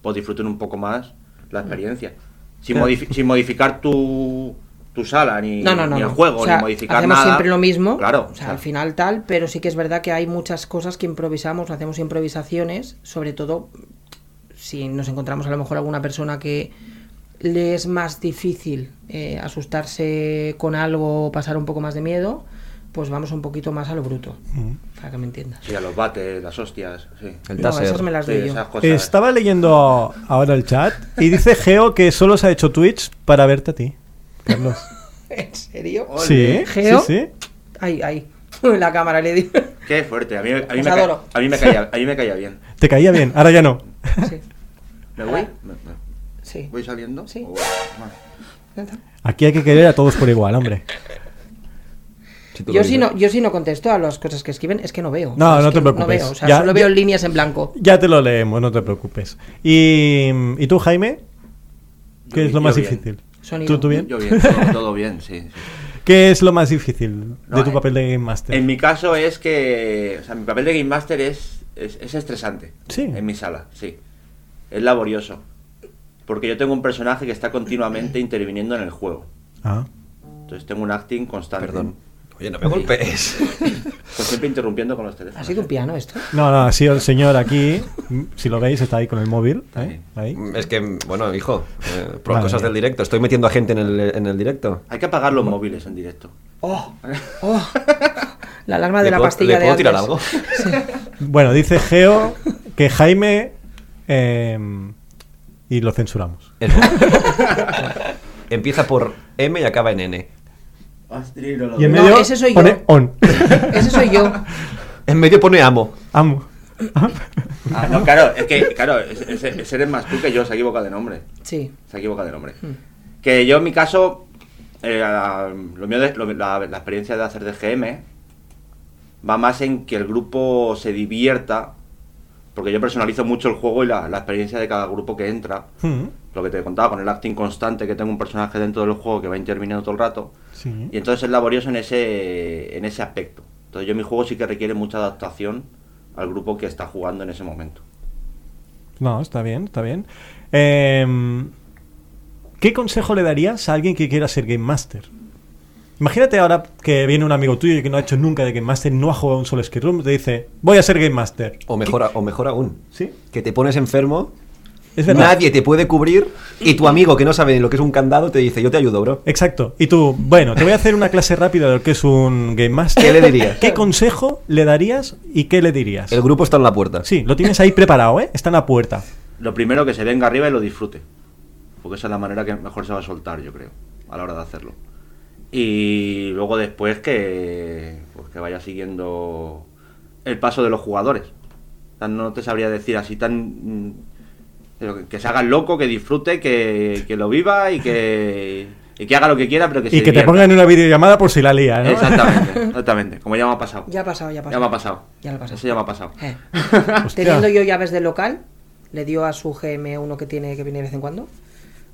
S5: pues, disfruten un poco más
S4: Mm.
S5: la experiencia. Sin, modifi- sin modificar tu, tu sala, ni,
S4: No, no, no.
S5: ni el
S4: no.
S5: juego,
S4: O sea,
S5: ni modificar
S4: hacemos
S5: nada.
S4: siempre lo mismo.
S5: Claro,
S4: O sea, al final tal, pero sí que es verdad que hay muchas cosas que improvisamos, hacemos improvisaciones, sobre todo si nos encontramos a lo mejor alguna persona que le es más difícil eh, asustarse con algo o pasar un poco más de miedo, pues vamos un poquito más a lo bruto,
S5: Mm.
S2: Mm.
S4: para que me entiendas.
S5: Sí, a los bates, las hostias, sí.
S3: El
S4: No,
S3: taser.
S4: esas me las
S5: Sí,
S4: doy yo.
S5: esas cosas.
S2: Estaba leyendo ahora el chat y dice Geo que solo se ha hecho Twitch para verte a ti, Carlos.
S4: ¿En serio?
S2: Sí,
S4: Geo.
S2: sí, sí.
S4: Ay, ay. La cámara le di.
S5: Qué fuerte, a mí, a mí me,
S4: Os
S5: ca-
S4: adoro.
S5: a mí me caía, a mí me caía bien.
S2: Te caía bien, ahora ya no.
S4: Sí.
S5: ¿Me voy? ¿Me- me-
S4: Sí.
S5: ¿Voy saliendo?
S4: Sí.
S5: ¿O Ah. voy? Vale.
S2: Aquí hay que querer a todos por igual, hombre.
S3: Si tú lo
S4: Yo sí,
S3: dices.
S4: no, yo sí no contesto a las cosas que escriben, es que no veo.
S2: No,
S4: es
S2: no
S4: que
S2: te preocupes.
S4: No veo, o sea,
S2: Ya-
S4: solo
S2: ya-
S4: veo líneas en blanco.
S2: Ya te lo leemos, no te preocupes. ¿Y, y tú, Jaime? ¿Qué
S5: Yo-
S2: es lo
S5: yo
S2: más
S5: bien.
S2: difícil?
S4: Sonido.
S2: ¿Tú, tú bien?
S5: Yo bien, todo, todo bien, sí. sí.
S2: ¿Qué es lo más difícil de
S5: No,
S2: tu
S5: eh,
S2: papel de Game Master?
S5: En mi caso es que. O sea, mi papel de Game Master es, es, es estresante.
S2: Sí.
S5: En mi sala, sí. Es laborioso. Porque yo tengo un personaje que está continuamente interviniendo en el juego.
S2: Ah,
S5: Entonces tengo un acting constante.
S3: Perdón. Oye, no me golpees.
S5: Estoy siempre interrumpiendo con los
S4: ¿Ha
S5: teléfonos.
S4: sido un piano esto?
S2: No, no, ha sido el señor aquí. m- Si lo veis, está ahí con el móvil. ¿eh? Ahí.
S3: es que, bueno, hijo, eh, por
S2: Madre
S3: cosas
S2: mía.
S3: del directo. Estoy metiendo a gente en el, en el directo.
S5: Hay que apagar los móviles en directo.
S4: ¡Oh! ¡Oh! La alarma de
S3: ¿Le
S4: la
S3: puedo-
S4: pastilla
S3: le
S4: de
S3: puedo tirar
S4: antes.
S3: algo?
S2: Bueno, dice Geo que Jaime. em, y lo censuramos.
S3: Em, Empieza por M y acaba en N.
S2: Y en
S4: No,
S2: medio
S4: ese soy yo.
S2: pone on.
S4: Ese soy yo.
S3: En medio pone amo.
S2: Amo.
S5: Ah, no, claro, es que, claro, ese, ese- ese eres más tú que yo, se ha equivocado de nombre.
S4: Sí.
S5: Se ha equivocado de nombre. Que yo en mi caso, eh, la- lo mío de- lo- la, la experiencia de hacer de GM va más en que el grupo se divierta, porque yo personalizo mucho el juego y la, la experiencia de cada grupo que entra.
S2: Mm,
S5: Lo que te contaba con el acting constante, que tengo un personaje dentro del juego que va interviniendo todo el rato.
S2: Sí.
S5: Y entonces es laborioso en ese, en ese aspecto. Entonces yo mi juego sí que requiere mucha adaptación al grupo que está jugando en ese momento.
S2: No, está bien, está bien. Em, ¿Qué consejo le darías a alguien que quiera ser Game Master? Imagínate ahora que viene un amigo tuyo que no ha hecho nunca de Game Master, no ha jugado un solo Skate Room, te dice, voy a ser Game Master.
S3: O mejor, a- o mejor aún.
S2: Sí.
S3: Que te pones enfermo,
S2: Es verdad.
S3: nadie te puede cubrir y tu amigo que no sabe ni lo que es un candado te dice, yo te ayudo, bro.
S2: Exacto. Y tú, bueno, te voy a hacer una clase rápida de lo que es un Game Master.
S3: ¿Qué le dirías?
S2: ¿Qué consejo le darías y qué le dirías?
S3: El grupo está en la puerta.
S2: Sí, lo tienes ahí preparado, ¿eh? Está en la puerta.
S5: lo primero que se venga arriba y lo disfrute. Porque esa es la manera que mejor se va a soltar, yo creo, a la hora de hacerlo. Y luego después que, pues que vaya siguiendo el paso de los jugadores. O sea, no te sabría decir así tan... mm, pero que, que se haga el loco, que disfrute, que, que lo viva y que, y que haga lo que quiera, pero que se
S2: Y que te
S5: divierta.
S2: pongan en una videollamada por si la lía, ¿no?
S5: Exactamente, exactamente. Como ya me ha pasado.
S4: Ya ha pasado, ya ha
S5: Ya
S4: pasado.
S5: me ha pasado.
S4: Ya lo pasaste.
S5: Eso ya me ha pasado.
S4: Eh.
S2: Hostia.
S4: Teniendo yo llaves de local, le dio a su GM uno que tiene que viene de vez en cuando,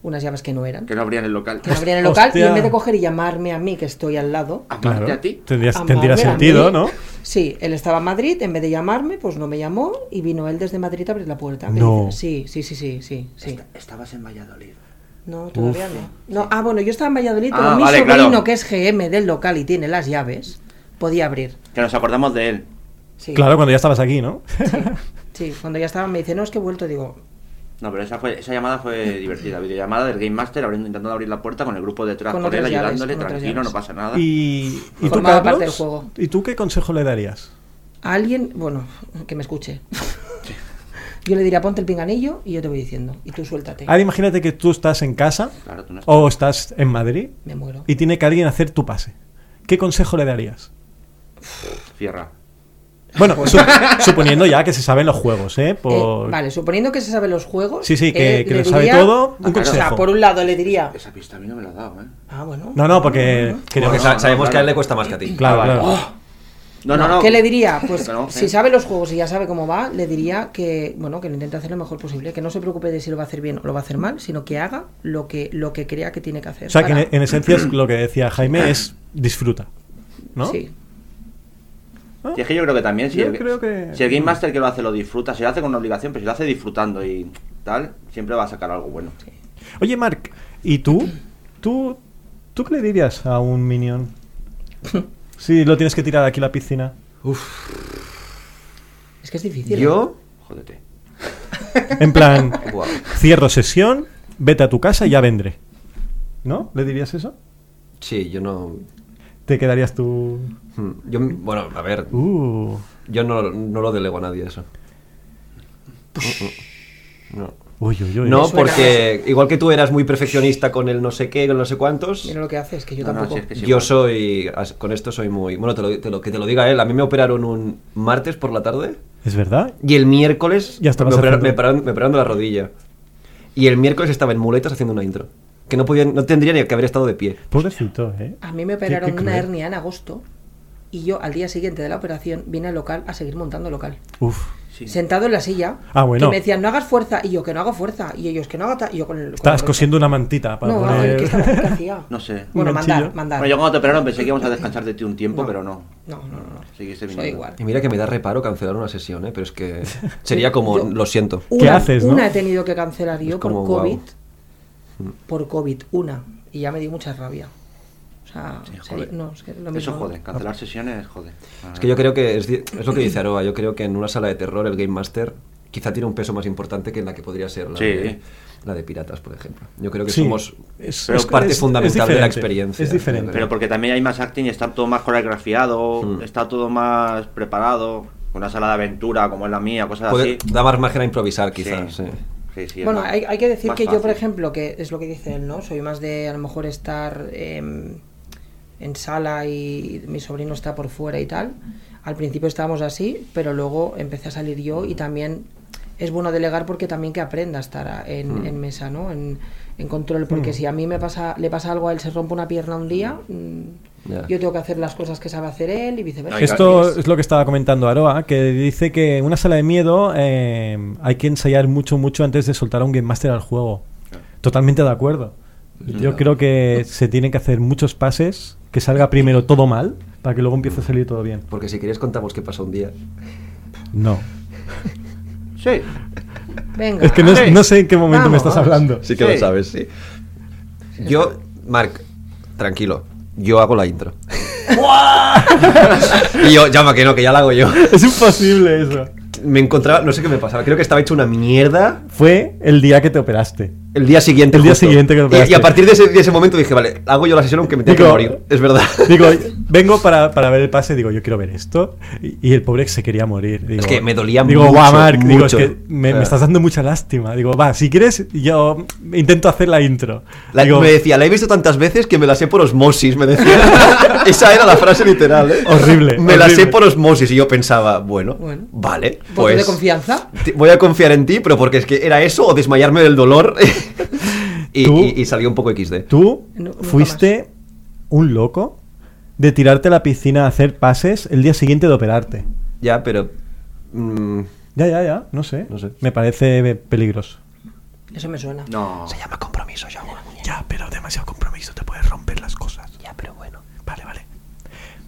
S4: unas llaves que no eran.
S5: Que no abrían el local.
S4: Que no abrían el local y
S2: Hostia.
S4: en vez de coger y llamarme a mí, que estoy al
S3: Ah.
S4: lado.
S5: Aparte
S2: Claro.
S5: Pues, a ti.
S2: Tendría,
S4: a
S2: tendría
S4: Marvel, a
S2: sentido,
S4: mí.
S2: ¿no?
S4: Sí, él estaba en Madrid, en vez de llamarme, pues no me llamó y vino él desde Madrid a abrir la puerta. Me
S2: No.
S4: dice, Sí, sí, sí, sí, sí, sí.
S5: Estabas en Valladolid.
S4: No, todavía no. No, Ah, bueno, yo estaba en Valladolid, pero
S5: Ah,
S4: mi
S5: vale,
S4: sobrino,
S5: claro.
S4: que es GM del local y tiene las llaves, podía abrir.
S5: Que nos acordamos de él.
S4: Sí,
S2: Claro, cuando ya estabas aquí, ¿no?
S4: Sí, cuando ya estaba me dice, no, es que he vuelto, digo,
S5: No, pero esa, fue, esa llamada fue divertida. Videollamada del Game Master abriendo- intentando abrir la puerta con el grupo detrás
S4: Con
S5: por él,
S4: otras llaves,
S5: ayudándole,
S4: con otras
S5: tranquilo,
S4: llaves.
S5: no pasa nada.
S2: Y, y tú,
S4: Formaba parte
S2: Carlos,
S4: del juego.
S2: ¿y tú qué consejo le darías?
S4: a alguien, bueno, que me escuche. Yo le diría, ponte el pinganillo y yo te voy diciendo. Y tú suéltate.
S2: Ahora imagínate que tú estás en casa
S5: Claro, tú no estás.
S2: o estás en Madrid
S4: Me muero.
S2: y tiene que alguien hacer tu pase. ¿Qué consejo le darías?
S5: Cierra.
S2: Bueno, su- suponiendo ya que se saben los juegos, ¿eh? Por-
S4: Pues- Eh, vale, suponiendo que se sabe los juegos. eh,
S2: Sí, sí, que- que
S4: le
S2: lo sabe
S4: diría-
S2: todo, un
S4: Ah, claro. O sea,
S2: consejo.
S4: por un lado le diría.
S5: Esa pista a mí no me la ha dado, ¿eh?
S4: Ah, bueno.
S2: No, no, porque creo
S3: Porque
S2: que...
S5: no,
S3: sa-
S5: no,
S3: sabemos
S5: claro.
S3: que a él le cuesta más que a ti.
S4: Ah,
S2: Claro, claro.
S4: Oh,
S5: No, no, no.
S4: ¿Qué le diría? Pues
S5: Que no,
S4: si
S5: eh.
S4: sabe los juegos y ya sabe cómo va, le diría que, bueno, que lo intente hacer lo mejor posible, que no se preocupe de si lo va a hacer bien o lo va a hacer mal, sino que haga lo que, lo que crea que tiene que hacer.
S2: O sea, que en,
S4: para-
S2: en esencia es lo que decía Jaime es disfruta, ¿no?
S4: Sí.
S5: Y es que yo creo que también, si,
S2: Yo
S5: el,
S2: creo que-
S5: si el Game Master que lo hace lo disfruta, si lo hace con obligación, pero si lo hace disfrutando y tal, siempre va a sacar algo bueno.
S2: Oye, Marc, ¿y tú? ¿Tú, ¿Tú qué le dirías a un minion? Si lo tienes que tirar aquí a la piscina.
S4: Es que es difícil.
S3: Yo.
S5: Jódete.
S2: En plan,
S3: Guau.
S2: cierro sesión, vete a tu casa y ya vendré. ¿No? ¿Le dirías eso?
S3: Sí, yo no.
S2: ¿Te quedarías tú...?
S3: Hmm, Yo, bueno, a ver,
S2: Uh,
S3: yo no, no lo delego a nadie eso. No.
S2: uy, uy, uy.
S3: No,
S4: suena-
S3: porque igual que tú eras muy perfeccionista con el no sé qué, con el no sé cuántos,
S4: Mira lo que hace, es que yo
S5: No, no,
S4: tampoco.
S5: si es que sí,
S3: yo
S5: bueno.
S3: soy, as- con esto soy muy, bueno, te lo, te lo- que te lo diga él, a mí me operaron un martes por la tarde
S2: ¿Es verdad?
S3: y el miércoles
S2: Ya estabas
S3: me, operaron,
S2: haciendo-
S3: me operaron- me operaron de la rodilla y el miércoles estaba en muletas haciendo una intro, que no, podía, no tendría ni que haber estado de pie.
S2: Pobrecito, ¿eh?
S4: A mí me
S2: Qué-
S4: operaron
S2: qué
S4: una
S2: cruel.
S4: hernia en agosto y yo al día siguiente de la operación vine al local a seguir montando local.
S2: Uf.
S5: Sí.
S4: Sentado en la silla,
S2: Ah, bueno.
S4: que me decían no hagas fuerza y yo que no hago fuerza y ellos que no haga ta-", y yo con el con
S2: Estabas
S4: el-
S2: cosiendo una mantita para
S4: No,
S2: poner...
S4: ¿qué, estaba- qué hacía?
S5: No sé.
S4: Bueno,
S2: Un
S4: mandar,
S2: ganchillo.
S4: mandar.
S5: Bueno, yo cuando te operaron pensé que íbamos a descansar de ti un tiempo, pero no.
S4: No, no, no, no.
S5: Seguiste
S4: Soy
S5: viniendo.
S4: igual.
S3: Y mira que me da reparo cancelar una sesión, ¿eh? pero es que sería como,
S4: Yo-
S3: lo siento.
S2: ¿Qué haces, no?
S4: Una he tenido que cancelar yo
S3: Es
S4: por
S3: como,
S4: COVID.
S5: Mm.
S3: guau.
S4: Por COVID, una. Y ya me dio mucha rabia. O sea,
S5: Sí,
S4: sería-
S5: joder.
S4: no, es que lo mismo.
S5: Eso
S4: ¿no?
S5: jode, cancelar sesiones jode.
S3: Es que yo creo que es, di- es lo que dice Aroa, yo creo que en una sala de terror el Game Master quizá tiene un peso más importante que en la que podría ser la,
S5: Sí.
S3: de, la de piratas, por ejemplo. Yo creo que
S2: Sí.
S3: somos
S2: Es-
S3: pero
S2: es-
S3: parte
S2: es-
S3: fundamental
S2: es
S3: de la
S2: diferente,
S3: experiencia.
S2: es diferente.
S5: Pero porque también hay más acting y está todo más coreografiado,
S3: Mm.
S5: está todo más preparado. Una sala de aventura como es la mía, cosas
S3: Puede-
S5: así.
S3: da más margen a improvisar quizás.
S5: Ah, Sí.
S3: sí.
S5: Sí, sí, es
S4: Bueno,
S5: más-
S4: hay, hay que decir
S5: más
S4: que yo, por
S5: fácil.
S4: ejemplo, que es lo que dice él, ¿no? Soy más de a lo mejor estar eh, en sala y mi sobrino está por fuera y tal. Al principio estábamos así, pero luego empecé a salir yo y también es bueno delegar porque también que aprenda a estar a- en,
S5: Mm.
S4: en mesa, ¿no? En, en control, porque si a mí me pasa, le pasa algo a él, se rompe una pierna un día, mm,
S3: Ya.
S4: yo tengo que hacer las cosas que sabe hacer él y viceversa.
S5: Ay,
S2: Esto
S5: gracias.
S2: es lo que estaba comentando Aroa, que dice que en una sala de miedo eh, hay que ensayar mucho, mucho antes de soltar a un Game Master al juego. Totalmente de acuerdo. Yo creo que se tienen que hacer muchos pases, que salga primero todo mal, para que luego empiece a salir todo bien.
S3: Porque si queréis contamos qué pasó un día.
S2: No.
S5: Sí,
S4: Venga.
S2: Es que no,
S5: Sí.
S2: no sé en qué momento me
S4: Vamos.
S2: estás hablando.
S3: Sí
S5: que lo Sí.
S3: sabes, sí. Yo, Marc, tranquilo, yo hago la intro. y yo, llama que no, que ya la hago yo.
S2: Es imposible eso.
S3: Me encontraba, no sé qué me pasaba, creo que estaba hecho una mierda.
S2: Fue el día que te operaste.
S3: El día siguiente.
S2: El día
S3: justo.
S2: siguiente que lo
S3: Y- y,
S2: pegaste.
S3: a partir de ese, de ese momento dije, vale, hago yo la sesión aunque me tenga que
S2: Digo-
S3: morir. Es verdad.
S2: Digo, vengo para, para ver el pase, digo, yo quiero ver esto. Y, y el pobre se quería morir. Digo,
S3: Es que me dolía
S2: digo,
S3: mucho,
S2: "Guau, Marc", digo, es
S3: mucho.
S2: que me, me
S3: Ah.
S2: estás dando mucha lástima. Digo, va, si quieres, yo intento hacer la intro.
S3: La-
S2: digo,
S3: me decía, la he visto tantas veces que me la sé por osmosis, me decía. Esa era la frase literal. ¿eh?
S2: Horrible,
S3: Me la
S2: horrible.
S3: sé por osmosis y yo pensaba, bueno,
S4: Bueno.
S3: vale,
S4: ¿Voto
S3: pues...
S4: de confianza?
S3: te- Voy a confiar en ti, pero porque es que era eso o desmayarme del dolor. y,
S2: Tú-
S3: y- y salió un poco XD.
S2: Tú
S4: No, nunca
S2: fuiste un loco de tirarte a la piscina a hacer pases el día siguiente de operarte.
S3: Ya, pero... mm,
S2: Ya, ya, ya, no sé.
S3: No sé.
S2: Me parece peligroso.
S4: Eso me suena.
S5: No.
S3: se llama compromiso, yo.
S2: Ya, pero demasiado compromiso te puedes romper las cosas.
S3: Ya, pero bueno.
S2: Vale, vale.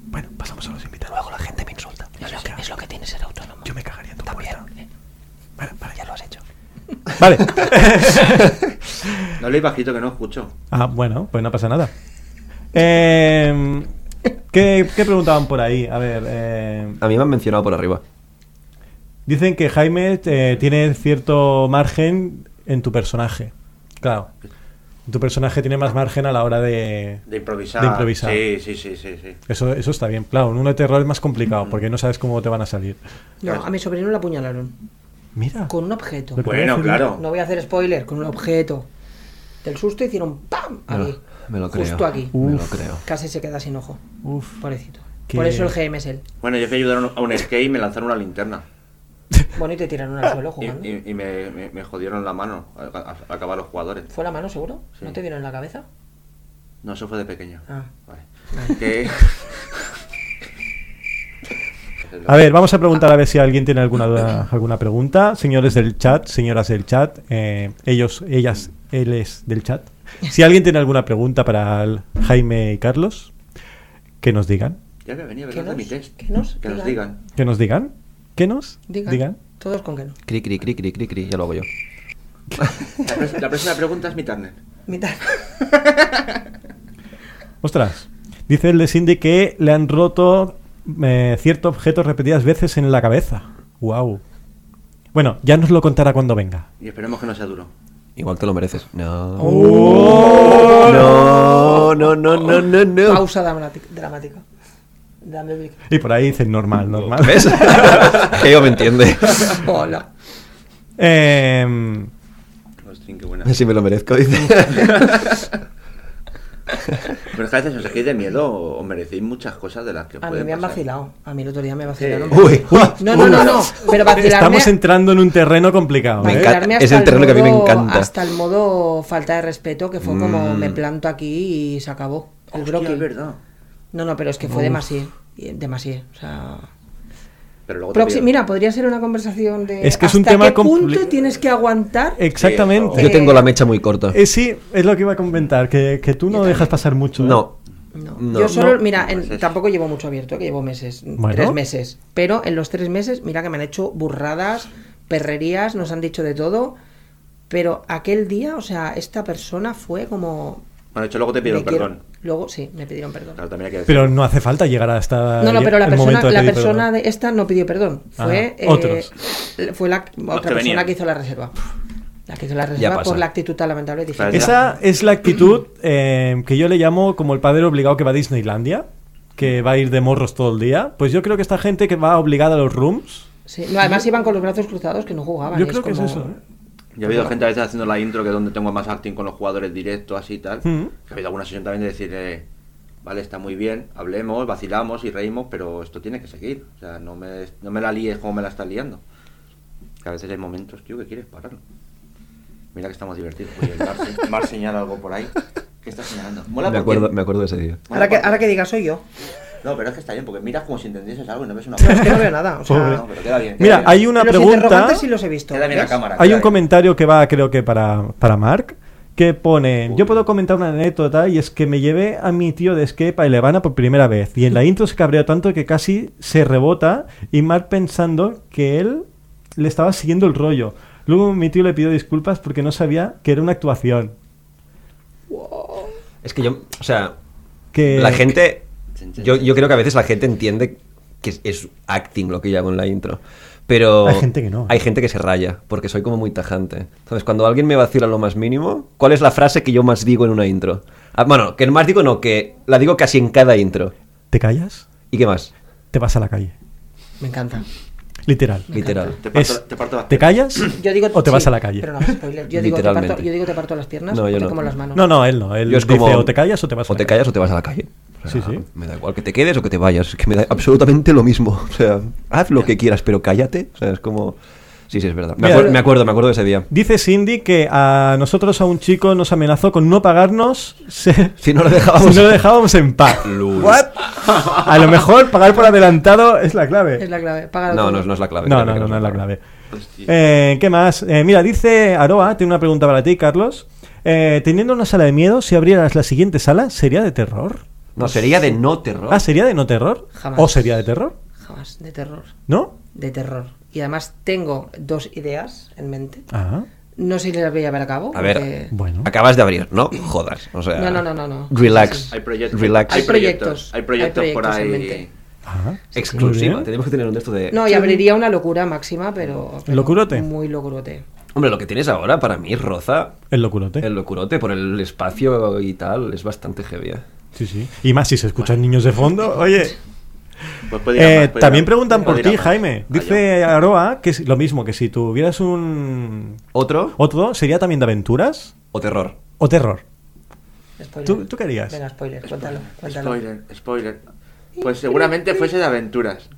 S2: Bueno, pasamos a los invitados.
S3: Luego la gente me insulta.
S4: Es lo, que, es lo que tiene ser autónomo.
S2: me cagaría en tu puerta. Vale, vale.
S3: eh. Ya lo has hecho.
S2: Vale.
S5: No leí bajito que no escucho.
S2: ah, bueno, pues no pasa nada. Eh, ¿qué, qué preguntaban por ahí? A ver, eh,
S3: A mí me han mencionado por arriba.
S2: dicen que Jaime eh, tiene cierto margen en tu personaje. Claro. Tu personaje tiene más margen a la hora de...
S5: De improvisar.
S2: De improvisar.
S5: Sí, sí, sí, sí. sí.
S2: Eso, eso está bien. Claro, en uno de terror es más complicado porque no sabes cómo te van a salir.
S4: No, a mi sobrino lo apuñalaron.
S2: Mira.
S4: Con un objeto.
S2: Lo que-
S5: Bueno, claro.
S4: No voy a hacer spoiler, con un objeto. Del susto hicieron ¡pam!
S3: Me lo-
S4: Aquí.
S3: me lo
S4: Justo
S3: creo. Uh.
S4: aquí.
S3: Me lo
S2: Uf.
S3: creo.
S4: Casi se queda sin ojo.
S2: Uf.
S4: Pobrecito.
S2: Qué-
S4: Por eso el GM es él.
S5: Bueno, yo fui a ayudar a un skate y me lanzaron una linterna.
S4: Bueno, y te tiraron al suelo
S5: Y,
S4: jugando.
S5: y- y me, me- me jodieron la mano al al- al acabar los jugadores.
S4: ¿Fue la mano, seguro?
S5: Sí.
S4: ¿No te dieron en la cabeza?
S5: No, eso fue de pequeño.
S4: Ah.
S5: Vale.
S4: Vale.
S5: Que-
S2: A ver, vamos a preguntar a ver si alguien tiene alguna duda- alguna pregunta. Señores del chat, señoras del chat, eh, ellos, ellas, él es del chat. Si alguien tiene alguna pregunta para el Jaime y Carlos, que nos digan.
S5: Ya me venía a
S4: Que
S5: hablar de
S4: nos-
S5: mi test.
S4: que nos digan.
S5: digan.
S2: Que nos digan. Que nos
S4: Diga.
S2: digan.
S4: Todos con que no.
S3: Cri, cri, cri, cri, cri, cri. Ya lo hago yo.
S5: La, pres- la próxima pregunta es mi turner.
S4: Mitad.
S2: Ostras, dice el de Cindy que le han roto eh, cierto objeto repetidas veces en la cabeza. Wow. Bueno, ya nos lo contará cuando venga.
S5: Y esperemos que no sea duro.
S3: Igual te lo mereces. No. Oh. No, no, no, no, no, no.
S4: Pausa dramati- dramática. Dame el mic-
S2: Y por ahí dice normal, normal.
S3: ¿Ves? Geo me entiende.
S4: Hola.
S2: Em,
S5: Ostras, qué buena.
S3: Si me lo merezco, dice.
S5: Pero es que a veces pues os dejéis de miedo o os merecéis muchas cosas de las que os
S4: A mí
S5: pueden
S4: me han
S5: pasar.
S4: vacilado. A mí el otro día me vacilaron.
S3: Uy.
S4: No, no, no, no. Pero vacilarme...
S2: Estamos entrando en un terreno complicado.
S3: Me
S2: ¿eh?
S3: encanta.
S4: vacilarme
S3: Es
S4: hasta
S3: el terreno que a mí me
S4: modo-
S3: encanta.
S4: Hasta el modo falta de respeto, que fue como
S3: Mm.
S4: me planto aquí y se acabó. El
S5: Hostia,
S4: broque.
S5: es verdad.
S4: No, no, pero es que fue demasiado. Demasiado. O sea.
S5: Pero luego te
S4: Proxi-
S5: pillan.
S4: mira, podría ser una conversación de.
S2: Es que es un
S4: ¿hasta
S2: tema
S4: qué punto
S2: compli- Eh,
S4: tienes que aguantar?
S2: Exactamente.
S3: Yo tengo la mecha muy corta.
S2: Eh, sí, es lo que iba a comentar, que, que tú no dejas pasar mucho. ¿eh?
S3: No.
S4: No.
S3: No.
S4: Yo solo,
S2: No.
S4: mira, en-
S5: Meses.
S4: tampoco llevo mucho abierto, que llevo meses,
S2: Bueno.
S4: tres meses. Pero en los tres meses, mira que me han hecho burradas, perrerías, nos han dicho de todo. Pero aquel día, o sea, esta persona fue como.
S5: Bueno, de hecho, luego te
S4: me
S5: pidieron
S4: quiero-
S5: perdón.
S4: Luego, sí, me pidieron perdón.
S5: Claro, también hay que decir.
S2: Pero no hace falta llegar hasta
S4: No, no, pero la
S2: el
S4: persona,
S2: momento de
S4: la
S2: pedir
S4: persona
S2: perdón.
S4: de esta no pidió perdón. Fue,
S2: Ah, otros.
S4: eh, fue la otra
S5: que
S4: persona
S5: venían.
S4: que hizo la reserva. La que hizo la reserva
S3: pasa.
S4: por la actitud tan lamentable. Dije,
S5: Claro,
S2: Esa es la actitud eh, que yo le llamo como el padre obligado que va a Disneylandia, que va a ir de morros todo el día. Pues yo creo que esta gente que va obligada a los rooms...
S4: sí. No, además iban con los brazos cruzados que no jugaban.
S2: Yo
S4: y
S2: creo que es
S4: Ah, como-
S2: eso, ¿eh?
S5: Yo he habido gente a veces haciendo la intro que es donde tengo más acting con los jugadores directos, así y tal.
S2: Mm.
S5: Que ha habido alguna sesión también de decir, eh, vale, está muy bien, hablemos, vacilamos y reímos, pero esto tiene que seguir. O sea, no me, no me la líes como me la estás liando. Que a veces hay momentos, tío, que quieres pararlo. Mira que estamos divertidos. Oye, el Mar, se- Mar señala algo por ahí. ¿Qué está señalando? Mola
S3: Me
S5: porque-
S3: acuerdo, me acuerdo de ese día.
S5: mola
S4: Ahora que,
S5: porque-
S4: ahora que digas soy yo.
S5: No, pero es que está bien, porque miras como si entendieses algo y no ves una
S4: Es que no veo nada. O sea,
S2: Pobre.
S5: No, pero queda bien. queda
S2: Mira,
S5: bien.
S2: hay una
S4: los
S2: pregunta...
S4: interrogantes sí los he visto.
S5: Queda bien la
S4: ¿ves?
S5: cámara.
S2: Hay
S5: queda
S2: un
S5: bien.
S2: comentario que va, creo que para, para Mark, que pone: Yo puedo comentar una anécdota y es que me llevé a mi tío de escape a Elevana por primera vez. Y en la intro se cabreó tanto que casi se rebota. Y Mark pensando que él le estaba siguiendo el rollo. Luego mi tío le pidió disculpas porque no sabía que era una actuación.
S3: Es que yo, o sea,
S2: Que,
S3: la gente,
S5: que-
S3: yo, yo creo que a veces la gente entiende que es, es acting lo que yo hago en la intro. Pero
S2: Hay gente que no.
S3: Hay gente que se raya, porque soy como muy tajante. Entonces, cuando alguien me vacila lo más mínimo, ¿cuál es la frase que yo más digo en una intro? Ah, bueno, que más digo no, que la digo casi en cada intro.
S2: Te callas,
S3: ¿Y qué más?
S2: te vas a la calle.
S4: Me encanta.
S2: Literal.
S3: Literal.
S5: Te parto,
S2: Es-
S5: te parto las
S2: ¿Te callas
S4: Yo digo,
S2: o te vas
S4: sí,
S2: a la calle?
S4: Pero no, spoiler. Yo, digo, te
S3: Literalmente.
S4: parto, yo digo te parto las piernas
S3: No,
S4: o
S3: yo
S4: te
S3: no.
S4: como las manos.
S2: No, no, él no. Él
S3: Yo es
S2: dice
S3: como-
S2: o te callas o te vas a
S3: O
S2: la
S3: te
S2: calle.
S3: callas o te vas a la calle. O sea,
S2: Sí, sí.
S3: Me da igual que te quedes o que te vayas. Es que me da absolutamente lo mismo. O sea, haz lo que quieras, pero cállate. O sea, es como. Sí, sí, es verdad. Me,
S2: Mira,
S3: acuer- me acuerdo, me acuerdo de ese día.
S2: Dice Cindy que a nosotros a un chico nos amenazó con no pagarnos se-
S3: Si no lo dejábamos.
S2: si no lo dejábamos en paz.
S3: Lul.
S2: A lo mejor pagar por adelantado es la clave.
S4: Es la clave. Págalo
S3: No,
S4: todo.
S3: no, no es la clave.
S2: No,
S3: Creo
S2: no,
S3: que
S2: no, no es la
S3: clave.
S2: clave.
S5: Hostia.
S2: Eh, ¿Qué más? Eh, mira, dice Aroa, tiene una pregunta para ti, Carlos. Eh, teniendo una sala de miedo, si abrieras la siguiente sala, ¿sería de terror?
S3: No, sería de no terror.
S2: Ah, ¿sería de no terror?
S4: Jamás.
S2: ¿O sería de terror?
S4: Jamás, de terror.
S2: ¿No?
S4: De terror. Y además tengo dos ideas en mente.
S2: Ah,
S4: No sé si las voy a llevar a cabo.
S3: A ver.
S4: porque-
S2: bueno.
S3: Acabas de abrir, no jodas. O sea,
S4: No, no, no, no, no. Sí,
S3: Relax.
S4: sí.
S5: Hay proyectos.
S3: Relax.
S5: Hay
S4: Hay proyectos,
S5: proyectos. Hay proyectos,
S4: hay
S5: por
S4: proyectos en
S5: ahí.
S4: mente.
S2: ah.
S3: Exclusiva.
S2: Muy bien.
S3: Tenemos que tener un de esto de.
S4: No, y abriría una locura máxima, pero. pero
S2: ¿Locurote?
S4: Muy locurote.
S3: Hombre, lo que tienes ahora para mí roza
S2: El locurote.
S3: el locurote por el espacio y tal. Es bastante heavy. eh.
S2: Sí, sí. Y más si se escuchan niños de fondo. Oye,
S5: Pues puede ir a
S2: eh,
S5: más, puede ir a
S2: también
S5: más.
S2: preguntan por
S5: Puede ir a
S2: ti,
S5: más.
S2: Jaime. Dice Aroa que es lo mismo, que si tuvieras un...
S3: Otro
S2: ¿Otro? ¿Sería también de aventuras
S3: o terror.
S2: o terror?
S4: Spoiler.
S2: ¿Tú- tú querías?
S4: Venga, spoiler, cuéntalo. cuéntalo.
S5: Spoiler, spoiler. Pues seguramente fuese de aventuras.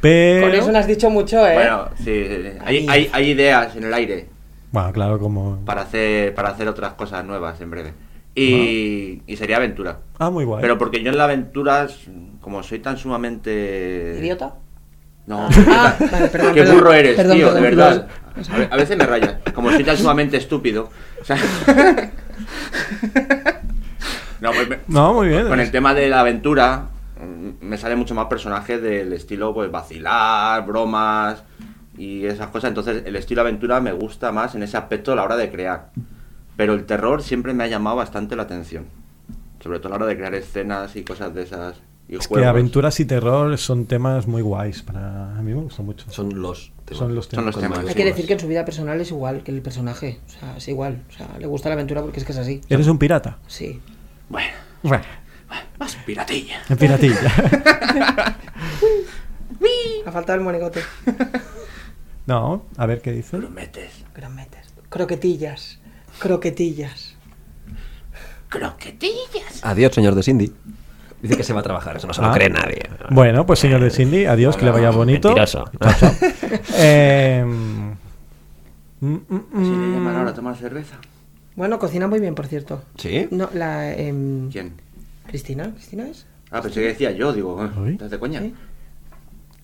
S2: Pero...
S4: Con eso no has dicho mucho, ¿eh?
S5: Bueno, sí, hay, hay, hay ideas en el aire
S2: Bueno, claro, como...
S5: para hacer, para hacer otras cosas nuevas en breve. Y, y sería aventura.
S2: Ah, muy guay.
S5: Pero porque yo en la aventura, como soy tan sumamente...
S4: ¿Idiota?
S5: No,
S4: Ah, vale, perdón,
S5: qué
S4: perdón.
S5: burro eres,
S4: Perdón,
S5: tío,
S4: perdón,
S5: de verdad.
S4: perdón.
S5: A ve- A veces me rayas, como soy tan sumamente estúpido. o sea- no, pues me-
S2: No, muy bien.
S5: con el tema de la aventura mm, me salen mucho más personajes del estilo pues vacilar, bromas y esas cosas. Entonces el estilo aventura me gusta más en ese aspecto a la hora de crear. Pero el terror siempre me ha llamado bastante la atención. Sobre todo a la hora de crear escenas y cosas de esas. Y
S2: Es que
S5: juegos.
S2: aventuras y terror son temas muy guays. Para... A mí me gustan mucho.
S3: Son los temas.
S2: Son los temas.
S5: Son los temas.
S4: Hay que decir que en su vida personal es igual que el personaje. O sea, es igual. O sea, le gusta la aventura porque es que es así.
S2: ¿Eres un pirata?
S4: Sí.
S5: Bueno,
S2: Bueno,
S5: más piratilla.
S2: en piratilla.
S4: Ha faltado el monigote.
S2: no, a ver qué dice.
S5: Metes
S4: Grometes. Croquetillas. Croquetillas.
S5: croquetillas.
S3: Adiós, señor de Cindy. Dice que se va a trabajar, eso no se lo
S2: Ah.
S3: cree nadie.
S2: Bueno, pues señor de Cindy, adiós, que le vaya bonito.
S3: Mentiroso.
S2: Eh, mm, mm, mm.
S5: Si le llaman ahora a tomar cerveza.
S4: Bueno, cocina muy bien, por cierto.
S3: ¿Sí?
S4: No, la. em,
S5: ¿Quién?
S4: ¿Cristina? ¿Cristina es?
S5: Ah, pensé que decía yo, digo, eh,
S2: Uy.
S5: ¿estás de coña?
S4: Sí.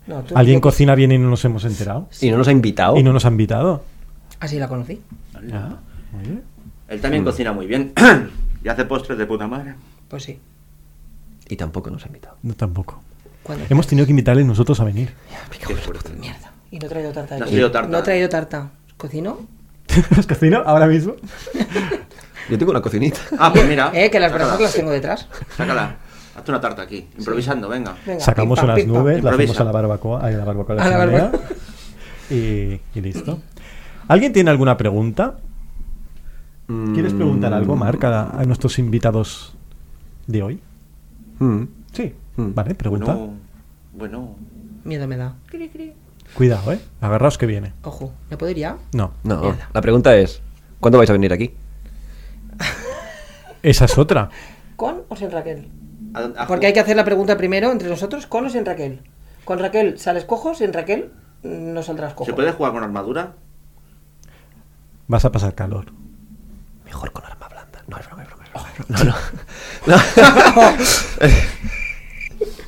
S4: No, tú.
S2: ¿Alguien
S4: yo-
S2: cocina bien y no nos hemos enterado?
S3: Y no nos ha invitado.
S2: Y no nos ha invitado.
S4: Así la conocí.
S2: Ah, muy bien.
S5: Él
S2: Mm.
S5: también cocina muy bien. y hace postres de puta madre.
S4: Pues sí.
S3: Y tampoco nos ha invitado.
S2: No, tampoco.
S4: Cuando-
S2: Hemos tenido que invitarle nosotros a venir.
S5: Qué fuerte.
S4: Mierda. Y no he traído tarta. de
S5: No has
S4: queso.
S5: traído tarta.
S4: No he traído tarta. ¿Cocino?
S2: ¿Has cocino ahora mismo?
S3: Yo tengo una cocinita.
S5: Ah, pues mira.
S4: Eh, que las brasas
S5: sácala,
S4: las tengo detrás.
S5: Sácala. Hazte una tarta aquí, improvisando, venga.
S4: Venga,
S2: Sacamos
S4: pim, pam,
S2: unas
S4: pim, pam.
S2: nubes, las hacemos
S5: Improvisa.
S2: a la barbacoa, ay, a la barbacoa, a la
S4: A la
S2: chimenea,
S4: barbacoa.
S2: y, y listo. ¿Alguien tiene alguna pregunta? ¿Quieres preguntar algo, Marc, a, a nuestros invitados de hoy?
S3: Mm.
S2: Sí.
S3: Mm.
S2: Vale, pregunta.
S5: Bueno, bueno.
S4: Miedo me da.
S2: Cuidado, ¿eh? Agarraos que viene.
S4: Ojo, ¿me puedo ir ya?
S2: No,
S3: No,
S4: Mierda.
S3: la pregunta es: ¿cuándo vais a venir aquí?
S2: esa es otra.
S4: ¿Con o sin Raquel?
S5: ¿A dónde- a
S4: Porque hay que hacer la pregunta primero entre nosotros, ¿con o sin Raquel? Con Raquel sales cojo, sin Raquel mm, no saldrás cojo.
S5: ¿Se puede jugar con armadura?
S2: Vas a pasar calor.
S3: Mejor con arma blanda. No, es broma, es broma. es broma. No, no. No.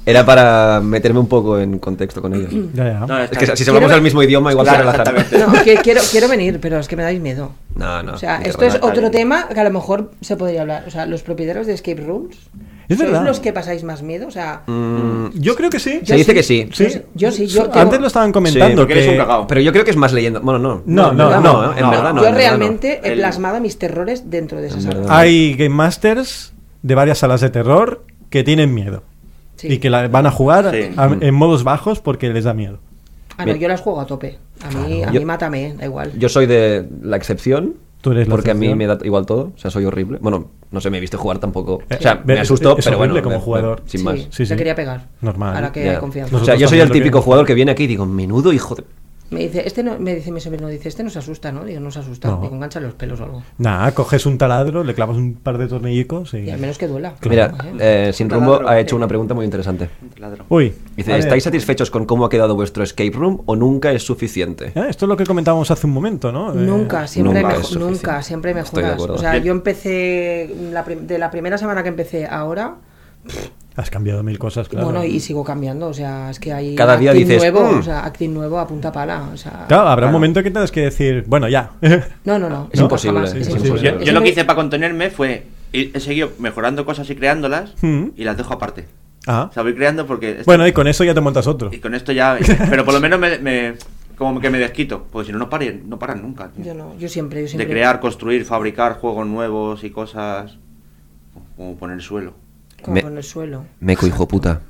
S3: Era para meterme un poco en contexto con ellos.
S2: Ya, ya.
S5: No,
S3: Es
S5: está-
S3: que si hablamos
S4: Quiero-
S3: el mismo idioma, igual
S5: Claro,
S3: se relajan.
S5: exactamente.
S4: No, que quiero, quiero venir, pero es que me dais miedo.
S3: No, no.
S4: o sea,
S3: qué
S4: esto
S3: rollo.
S4: es
S5: Ah, está
S4: otro
S5: bien.
S4: tema que a lo mejor se podría hablar. O sea, los propietarios de escape rooms
S2: Es
S4: sois
S2: verdad.
S4: los que pasáis más miedo. O sea,
S3: Mm,
S2: Yo creo que sí.
S3: Se dice que sí.
S2: Sí.
S4: sí, yo sí, yo
S2: So-
S4: tengo-
S2: Antes lo estaban comentando.
S5: porque eres
S2: que...
S5: un cagao.
S3: Pero yo creo que es más leyenda. Bueno, no.
S2: No, no,
S3: en verdad
S2: no,
S3: ¿eh? En
S5: no.
S3: verdad no.
S4: Ah, yo
S3: en verdad no.
S4: realmente he
S5: El-
S4: plasmado mis terrores dentro de esa
S3: En
S4: sala.
S3: verdad.
S2: Hay Game Masters de varias salas de terror que tienen miedo.
S4: Sí.
S2: Y que la van a jugar
S5: Sí.
S2: a- en modos bajos porque les da miedo.
S4: Ah, no,
S3: Bien.
S4: yo las juego a tope. A mí, a
S3: Yo-
S4: mí mátame, da igual.
S3: Yo soy de la excepción.
S2: Tú eres la
S3: Porque a mí
S2: excepción.
S3: me da igual todo. O sea, soy horrible. Bueno, no sé, me viste jugar tampoco.
S2: Eh,
S3: O sea,
S2: eh,
S3: me
S2: es-
S3: asustó,
S2: es
S3: pero bueno.
S2: horrible como
S3: me- me-
S2: jugador.
S3: Sin
S4: sí,
S3: más.
S2: Sí, sí.
S4: Te quería pegar.
S2: Normal.
S4: Ahora que
S3: Ya.
S4: hay
S3: O
S4: confianza.
S3: sea,
S2: Nosotros
S3: yo soy
S2: también
S3: el
S2: lo que-
S3: típico jugador que viene aquí y digo, menudo hijo de.
S4: Me dice, este no, me dice mi sobrino, dice, este no se asusta, ¿no? Digo, no se asusta,
S2: No.
S4: digo, engancha los pelos o algo.
S2: Nada, coges un taladro, le clavas un par de tornillicos y.
S4: Y al menos que duela.
S3: Mira,
S4: Claro, ¿eh?
S3: eh, Sin Rumbo
S5: Taladro,
S3: ha hecho
S5: eh.
S3: una pregunta muy interesante.
S5: Ladrón.
S2: Uy. a
S3: Dice,
S2: ver.
S3: ¿estáis satisfechos con cómo ha quedado vuestro escape room o nunca es suficiente?
S2: Eh, Esto es lo que comentábamos hace un momento, ¿no? Eh,
S4: Nunca, siempre
S3: nunca
S4: nunca,
S3: es suficiente.
S4: nunca, siempre hay
S3: Estoy de
S4: mejoras.
S3: acuerdo.
S4: O sea,
S5: Bien.
S4: yo empecé la prim- de la primera semana que empecé a ahora,
S2: Has cambiado mil cosas, claro.
S4: bueno, y sigo cambiando. O sea, es que hay
S3: Cada día dices,
S4: nuevo,
S3: "Mm".
S4: o sea, acting nuevo a punta pala. O sea,
S2: Claro, habrá un momento que tengas que decir, bueno, ya.
S4: No, no, no.
S3: Es
S4: no,
S3: imposible,
S4: jamás,
S3: es
S4: es
S2: imposible.
S4: imposible.
S5: Yo, yo lo que hice para contenerme fue. He he seguido mejorando cosas y creándolas
S2: Mm.
S5: y las dejo aparte.
S2: ah.
S5: O sea, voy creando porque. esto-
S2: Bueno, y con eso ya te montas otro.
S5: y con esto ya. eh, Pero por lo menos me. me- como que me desquito. Porque si no, no paren, no paran nunca. tío.
S4: Yo no, yo siempre, yo
S5: De
S4: siempre.
S5: crear, construir, fabricar juegos nuevos y cosas. Como poner suelo.
S4: Como
S3: Me-
S4: con el suelo.
S3: Meco, hijo puta.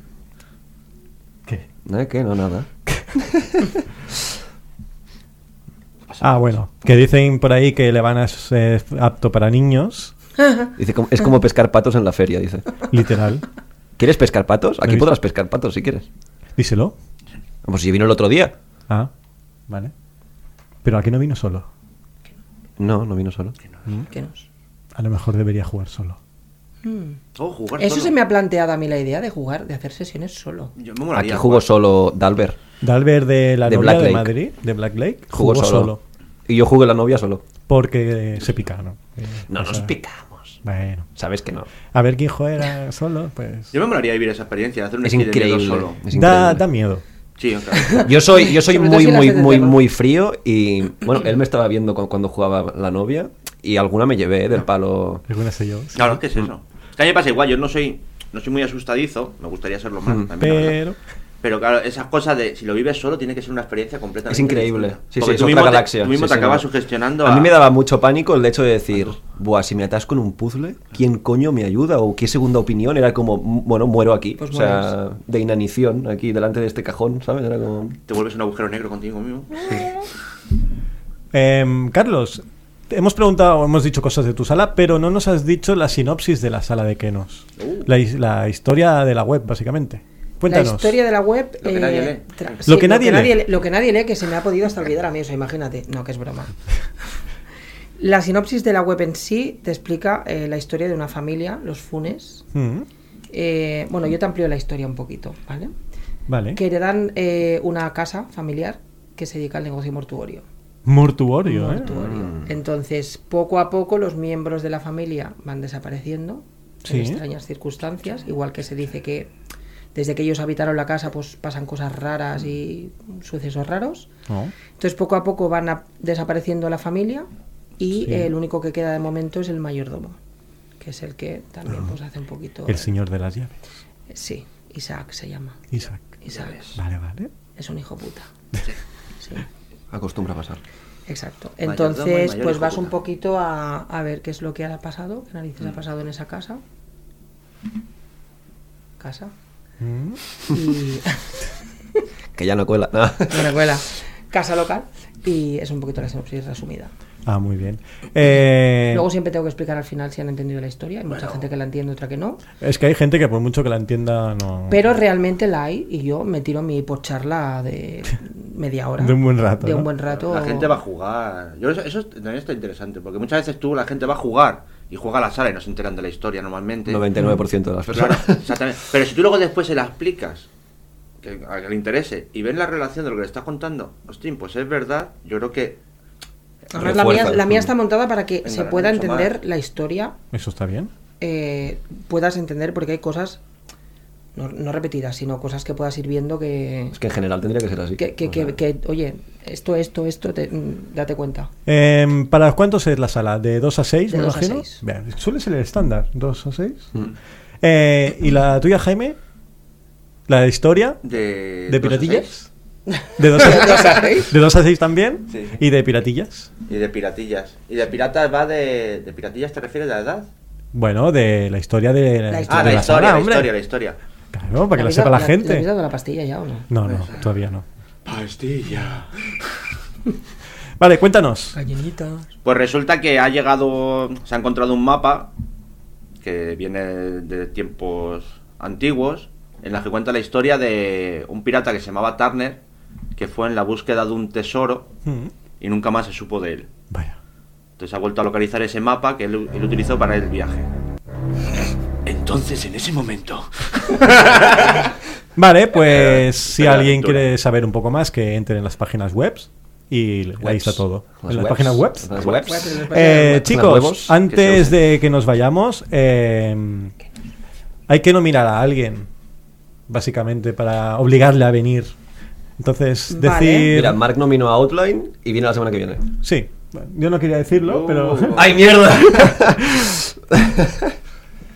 S2: ¿Qué?
S3: ¿Eh? ¿Qué? No, nada.
S2: Ah, bueno. Que dicen por ahí que Levana es eh, apto para niños.
S3: Dice, "Como- es como pescar patos en la feria, dice.
S2: Literal.
S3: ¿Quieres pescar patos? Aquí
S2: visto.
S3: podrás pescar patos si quieres.
S2: Díselo.
S3: Vamos, si vino el otro día.
S2: Ah, vale. Pero aquí no vino solo.
S3: No, no vino solo.
S5: Mm.
S4: ¿Qué nos?
S2: A lo mejor debería jugar solo.
S4: Mm.
S5: Oh, jugar
S4: Eso
S5: solo.
S4: se me ha planteado a mí la idea de jugar, de hacer sesiones solo.
S5: Yo me molaría
S3: Aquí jugó
S5: jugar.
S3: solo Dalbert.
S2: Dalbert de la
S3: De
S2: novia
S3: Black
S2: de
S3: Lake.
S2: Madrid, de Black Lake,
S3: Jugó solo. Y yo jugué la novia solo.
S2: Porque eh, se picaron. Eh,
S3: No
S2: o sea,
S3: nos picamos.
S2: Bueno.
S3: Sabes que no.
S2: A ver quién juega solo, pues.
S5: Yo me molaría vivir esa experiencia, hacer un
S3: Es
S5: skate de miedo
S3: increíble.
S5: solo.
S3: Es
S2: Da,
S3: increíble.
S2: da miedo.
S5: Sí, claro.
S3: Yo soy, yo soy
S4: Sobre todo
S3: muy,
S4: si la
S3: muy,
S4: haces de
S3: muy,
S4: terror.
S3: muy frío y bueno, él me estaba viendo cu- cuando jugaba la novia y alguna me llevé del palo.
S2: Alguna sé yo. sí.
S5: Claro, ¿qué
S3: Mm.
S5: es eso? Es que a mí me pasa igual, yo no soy, no soy muy asustadizo, me gustaría serlo más.
S3: Mm.
S5: también, la verdad.
S2: Pero.
S5: Pero claro, esas cosas de si lo vives solo tiene que ser una experiencia completamente.
S3: Es increíble.
S5: distinta.
S3: Sí, sí,
S5: Porque
S3: es
S5: tú
S3: otra
S5: mismo te-
S3: galaxia.
S5: tú mismo
S3: Sí,
S5: te
S3: sí,
S5: acabas
S3: no.
S5: sugestionando.
S3: A mí me daba mucho pánico el hecho de decir, buah, si me atasco en un puzzle, ¿quién coño me ayuda? O qué segunda opinión. Era como, "M- bueno, muero aquí. o
S4: Pues
S3: sea, de inanición, aquí delante de este cajón, ¿sabes? Era como.
S5: Te vuelves un agujero negro contigo mismo.
S2: Em, Carlos, te hemos preguntado, hemos dicho cosas de tu sala, pero no nos has dicho la sinopsis de la sala de Kenos.
S3: Uh.
S2: La, his- la historia de la web, básicamente. Cuéntanos.
S4: La historia de la web. eh,
S5: Lo que nadie lee.
S4: tra-
S5: Lo
S2: que nadie lee.
S4: Lo que nadie lee, que se me ha podido hasta olvidar a mí, eso, imagínate. No, que es broma. La sinopsis de la web en sí te explica eh, la historia de una familia, los funes.
S2: Mm,
S4: Eh, bueno, yo te amplio la historia un poquito, ¿vale?
S2: vale.
S4: Que heredan eh, una casa familiar que se dedica al negocio mortuorio.
S2: Mortuorio, ¿eh?
S4: mortuorio. Entonces, poco a poco los miembros de la familia van desapareciendo
S2: Sí.
S4: en extrañas circunstancias, igual que se dice que desde que ellos habitaron la casa pues pasan cosas raras y sucesos raros.
S2: No.
S4: Entonces, poco a poco van a- desapareciendo la familia y
S2: Sí.
S4: eh, el único que queda de momento es el mayordomo, que es el que también pues hace un poquito
S2: El señor de las llaves.
S4: Sí, Isaac se llama.
S2: Isaac.
S4: Isaac
S2: Vale, vale.
S4: es un hijo puta. Sí.
S3: Acostumbra a pasar.
S4: Exacto.
S5: Mayordomo y
S4: Entonces,
S5: mayor
S4: pues
S5: hijo
S4: vas
S5: puta. Mm.
S4: un poquito a, a ver qué es lo que ha pasado, qué narices ha pasado en esa casa. Casa.
S2: Mm.
S4: Y.
S3: Que ya no cuela. No.
S4: Bueno, cuela. Casa local. Y es un poquito la sinopsis resumida.
S2: Ah, muy bien. Eh,
S4: Luego siempre tengo que explicar al final si han entendido la historia. Hay mucha gente que la entiende, otra que no.
S2: es que hay gente que por mucho que la entienda no...
S4: Pero realmente la hay y yo me tiro mi charla de media hora.
S2: De un buen rato,
S4: De
S2: ¿no?
S4: un buen rato.
S5: La gente va a jugar. Yo eso, eso también está interesante, porque muchas veces tú, la gente va a jugar y juega a la sala y no se enteran de la historia normalmente.
S3: 99% de las
S5: Claro,
S3: personas.
S5: exactamente. Pero si tú luego después se la explicas que, a que le interese y ven la relación de lo que le estás contando, hostín, pues es verdad, yo creo que.
S4: Además, la,
S3: refuerza
S4: mía,
S3: el
S4: la mía
S3: punto.
S4: está montada para que se
S5: Enganar
S4: pueda
S5: mucho
S4: entender
S5: más.
S4: la historia
S2: Eso está bien.
S4: eh, puedas entender porque hay cosas no, no repetidas, sino cosas que puedas ir viendo que,
S3: Es que en general tendría que ser así.
S4: que, que-
S3: O sea,
S4: que- que, oye, esto, esto, esto, te- mm, date cuenta.
S2: Em, ¿Para cuántos es la sala? ¿De 2 a 6,
S4: De
S2: me
S4: dos a
S2: imagino?
S4: seis.
S2: Bien, Suele ser el estándar, 2 a 6.
S5: Mm.
S2: Eh, ¿Y la tuya, Jaime? ¿La de historia?
S5: ¿De,
S2: ¿De
S5: dos a
S2: piratillas? ¿De 2 a 6? ¿De 2 a 6 también?
S5: Sí.
S2: ¿Y de piratillas?
S5: seis? Y de piratillas. ¿Y de piratas va de. ¿De piratillas te refieres a la edad?
S2: Bueno, de la historia de
S4: La
S2: de
S4: historia.
S5: Ah, la,
S2: la
S5: historia,
S2: sala,
S5: la
S2: hombre.
S5: historia, la historia.
S2: Claro, para que
S4: ¿Le
S2: la Pues,
S4: habéis
S2: sepa
S4: dado-
S2: la
S4: le- ¿Le habéis
S2: gente.
S4: dado la pastilla ya o no?
S2: No, no, todavía no.
S5: Pastilla.
S2: Vale, cuéntanos.
S4: Gallinitas.
S5: Pues resulta que ha llegado, se ha encontrado un mapa que viene de tiempos antiguos, en la que cuenta la historia de un pirata que se llamaba Turner, que fue en la búsqueda de un tesoro
S2: Mm,
S5: y nunca más se supo de él.
S2: Vaya.
S5: Entonces ha vuelto a localizar ese mapa que él, él utilizó para el viaje. Entonces, en ese momento...
S2: Vale, pues si
S5: Pero
S2: alguien
S5: aventura.
S2: quiere saber un poco más, que entre en las páginas web y ahí está todo. En las páginas web.
S3: En las webs.
S4: Webs. Webs.
S2: Eh,
S3: Páginas
S2: chicos,
S3: huevos,
S5: que se
S2: antes
S5: usen.
S2: de que nos vayamos, eh, hay que nominar a alguien, básicamente, para obligarle a venir. Entonces,
S4: Vale.
S2: decir...
S3: Mira, Mark nominó a Outline y viene la semana que viene.
S2: Sí, Bueno, yo no quería decirlo,
S5: Oh.
S2: pero...
S3: ¡Ay, mierda!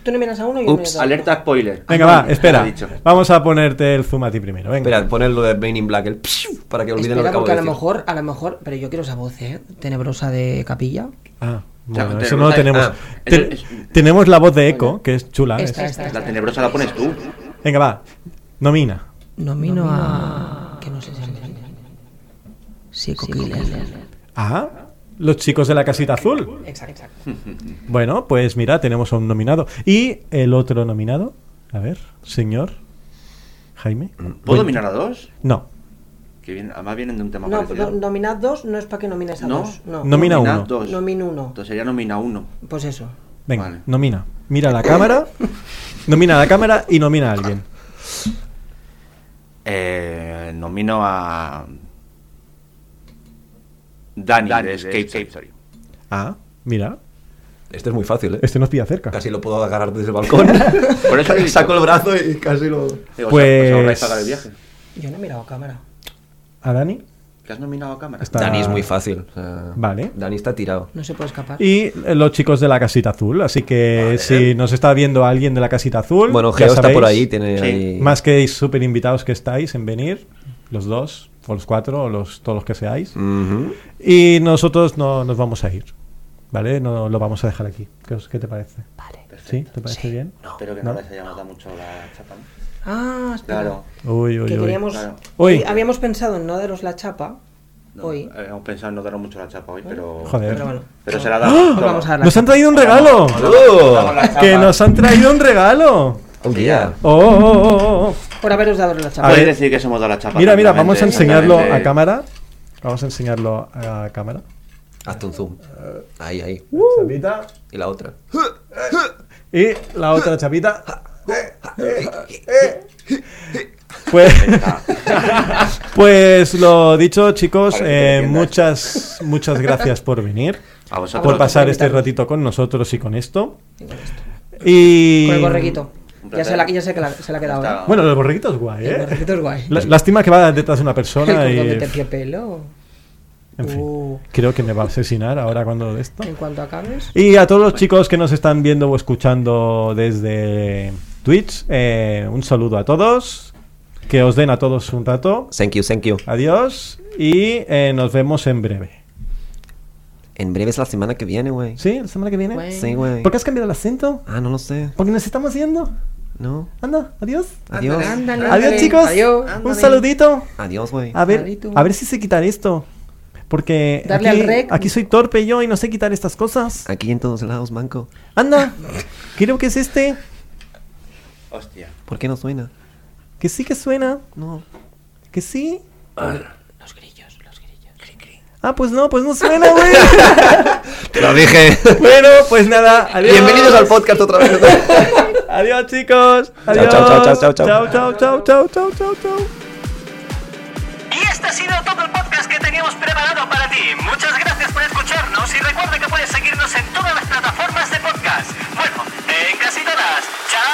S4: Tú no miras a uno y yo
S3: Ups,
S4: miro a otro.
S5: Alerta spoiler.
S2: Venga, va,
S5: Ah, Ha
S2: espera.
S5: dicho.
S2: Vamos a ponerte el zoom a ti primero. Venga.
S3: Espera, poner lo de Main in Black, el psiu, para que olviden lo que
S4: Espera,
S3: acabo
S4: porque
S3: de
S4: a lo
S3: decir.
S4: mejor, a lo mejor, pero yo quiero esa voz, ¿eh? Tenebrosa de capilla.
S2: Ah,
S5: Ya,
S2: bueno,
S5: te-
S2: eso no lo
S5: ah,
S2: tenemos.
S3: eso
S2: Ten-
S5: es-
S2: Tenemos la voz de Echo, que es chula.
S4: Esta,
S2: es-
S4: esta,
S5: La
S4: esta.
S5: tenebrosa la pones tú.
S2: Venga, va. Nomina.
S4: Nomino a... Que no sé si... Psycho Killer.
S2: Ah, los chicos de la casita azul.
S4: Exacto.
S2: Bueno, pues mira, tenemos a un nominado. Y el otro nominado, a ver, señor Jaime.
S5: ¿Puedo dominar a dos?
S2: No,
S5: Que vienen- además vienen de un tema
S4: No,
S5: parecido.
S4: no, nominad dos no es para que nomines a
S5: No.
S4: dos. No.
S2: Nomina
S5: Nomina
S2: uno.
S5: dos.
S4: Nomino uno.
S5: Entonces sería nomina uno.
S4: Pues eso.
S2: venga,
S5: Vale.
S2: nomina. Mira a la cámara, nomina a la cámara y nomina a alguien.
S5: Eh, nomino a. Dani, de Escape, Story.
S2: Ah, mira,
S3: Este es muy fácil, ¿eh?
S2: este nos pilla cerca.
S3: Casi lo puedo agarrar desde el balcón.
S5: Por eso he dicho.
S3: saco el brazo y casi lo.
S5: Digo,
S2: Pues-
S5: se- se ahorráis pagar el viaje.
S4: Yo no he mirado a cámara.
S2: A Dani.
S5: ¿Qué has nominado a cámara?
S2: Está-
S3: Dani es muy fácil. o sea,
S2: Vale.
S3: Dani está tirado.
S4: No se puede escapar.
S2: Y eh, los chicos de la casita azul. Así que si nos está viendo alguien de la casita azul.
S3: Bueno,
S2: ya
S3: Geo está
S2: sabéis,
S3: por ahí, tiene
S5: Sí.
S3: ahí-
S2: Más que súper invitados que estáis en venir, los dos, o los cuatro, o los, todos los que seáis.
S3: Mm. Ujú.
S2: Y nosotros no nos vamos a ir. ¿Vale? No lo vamos a dejar aquí. ¿Qué, os- qué te parece?
S4: Vale.
S2: ¿Sí? ¿Te parece bien?
S5: Espero que no, les haya matado mucho la chapa. ¿no?
S4: Ah, espera.
S5: Claro.
S2: Uy, uy,
S4: que
S2: uy.
S4: queríamos...
S5: Claro.
S2: Hoy.
S4: Habíamos pensado en no daros la chapa
S5: No,
S4: hoy.
S5: eh, Hemos pensado en no darnos mucho la chapa hoy, pero.
S2: Joder. ¡Ah!
S4: Pero bueno.
S5: Pero se la damos.
S4: Pues vamos a dar la
S2: ¡Nos han
S4: chapa.
S2: traído un regalo!
S5: Damos la chapa.
S2: ¡Oh! ¡Que nos han traído un regalo!
S3: Oh, yeah.
S2: ¡Oh, oh, oh, oh, oh.
S4: Por haberos dado la chapa.
S2: A ver.
S5: Puedes decir que se hemos dado la chapa.
S2: Mira, mira,
S5: tranquilamente,
S2: vamos a enseñarlo a
S5: exactamente.
S2: cámara. Vamos a enseñarlo a cámara.
S3: Hazte un zoom. Ahí, ahí.
S2: Chapita.
S3: Y la otra.
S2: Y la otra chapita. Pues, pues lo dicho, chicos,
S5: Parece que
S2: eh,
S5: entiendas.
S2: muchas, muchas gracias por venir,
S5: A vosotros.
S2: por pasar
S4: por
S2: este
S4: invitarnos.
S2: ratito con nosotros y con esto.
S4: Digo esto.
S2: Y.
S4: Con el borreguito.
S5: Un
S4: Ya
S5: placer.
S4: se la, ya sé que la- se la ha quedado.
S5: Está-
S4: ¿eh?
S2: Bueno, el borreguito es guay,
S4: El
S2: ¿eh?
S4: borreguito es guay.
S2: Lá- Lástima que va detrás de una
S4: El
S2: persona
S4: cordón de
S2: y.
S4: terciopelo.
S2: En fin,
S4: Uh.
S2: creo que me va a asesinar ahora cuando de esto.
S4: En cuanto acabes.
S2: Y a todos los chicos que nos están viendo o escuchando desde Twitch, eh, un saludo a todos. Que os den a todos un rato.
S3: Thank you, thank you.
S2: Adiós y eh, nos vemos en breve.
S3: En breve es la semana que viene, güey.
S2: ¿Sí? ¿La semana que viene?
S4: Bueno.
S3: Sí, güey.
S2: ¿Por qué has cambiado el acento?
S3: Ah, no lo sé.
S2: Porque nos estamos yendo.
S3: No.
S2: Anda, adiós.
S3: Adiós.
S4: Ándale, ándale.
S2: Adiós, chicos.
S4: Adiós.
S2: Un saludito.
S3: Adiós, güey.
S2: A ver,
S4: Adiós.
S2: a ver si sé quitar esto. Porque
S4: Darle
S2: aquí,
S4: al rec.
S2: aquí soy torpe yo y no sé quitar estas cosas.
S3: Aquí en todos lados, manco.
S2: Anda, creo que es este.
S5: Hostia.
S3: ¿Por qué no suena?
S2: Que sí que suena.
S3: No.
S2: Que sí.
S4: Los grillos, los grillos.
S2: Ah, pues no, pues no suena, güey.
S3: Te lo dije.
S2: bueno, pues nada. Adiós.
S3: Bienvenidos al podcast otra vez.
S2: Adiós, chicos.
S3: chao,
S2: Adiós.
S3: chao, chao, chao, chao.
S2: Chao, chao, chao, chao, chao, chao.
S1: Y este ha sido todo el podcast que teníamos preparado para ti. Muchas gracias por escucharnos y recuerda que puedes seguirnos en todas las plataformas de podcast. Bueno, en casi todas. ¡Chao!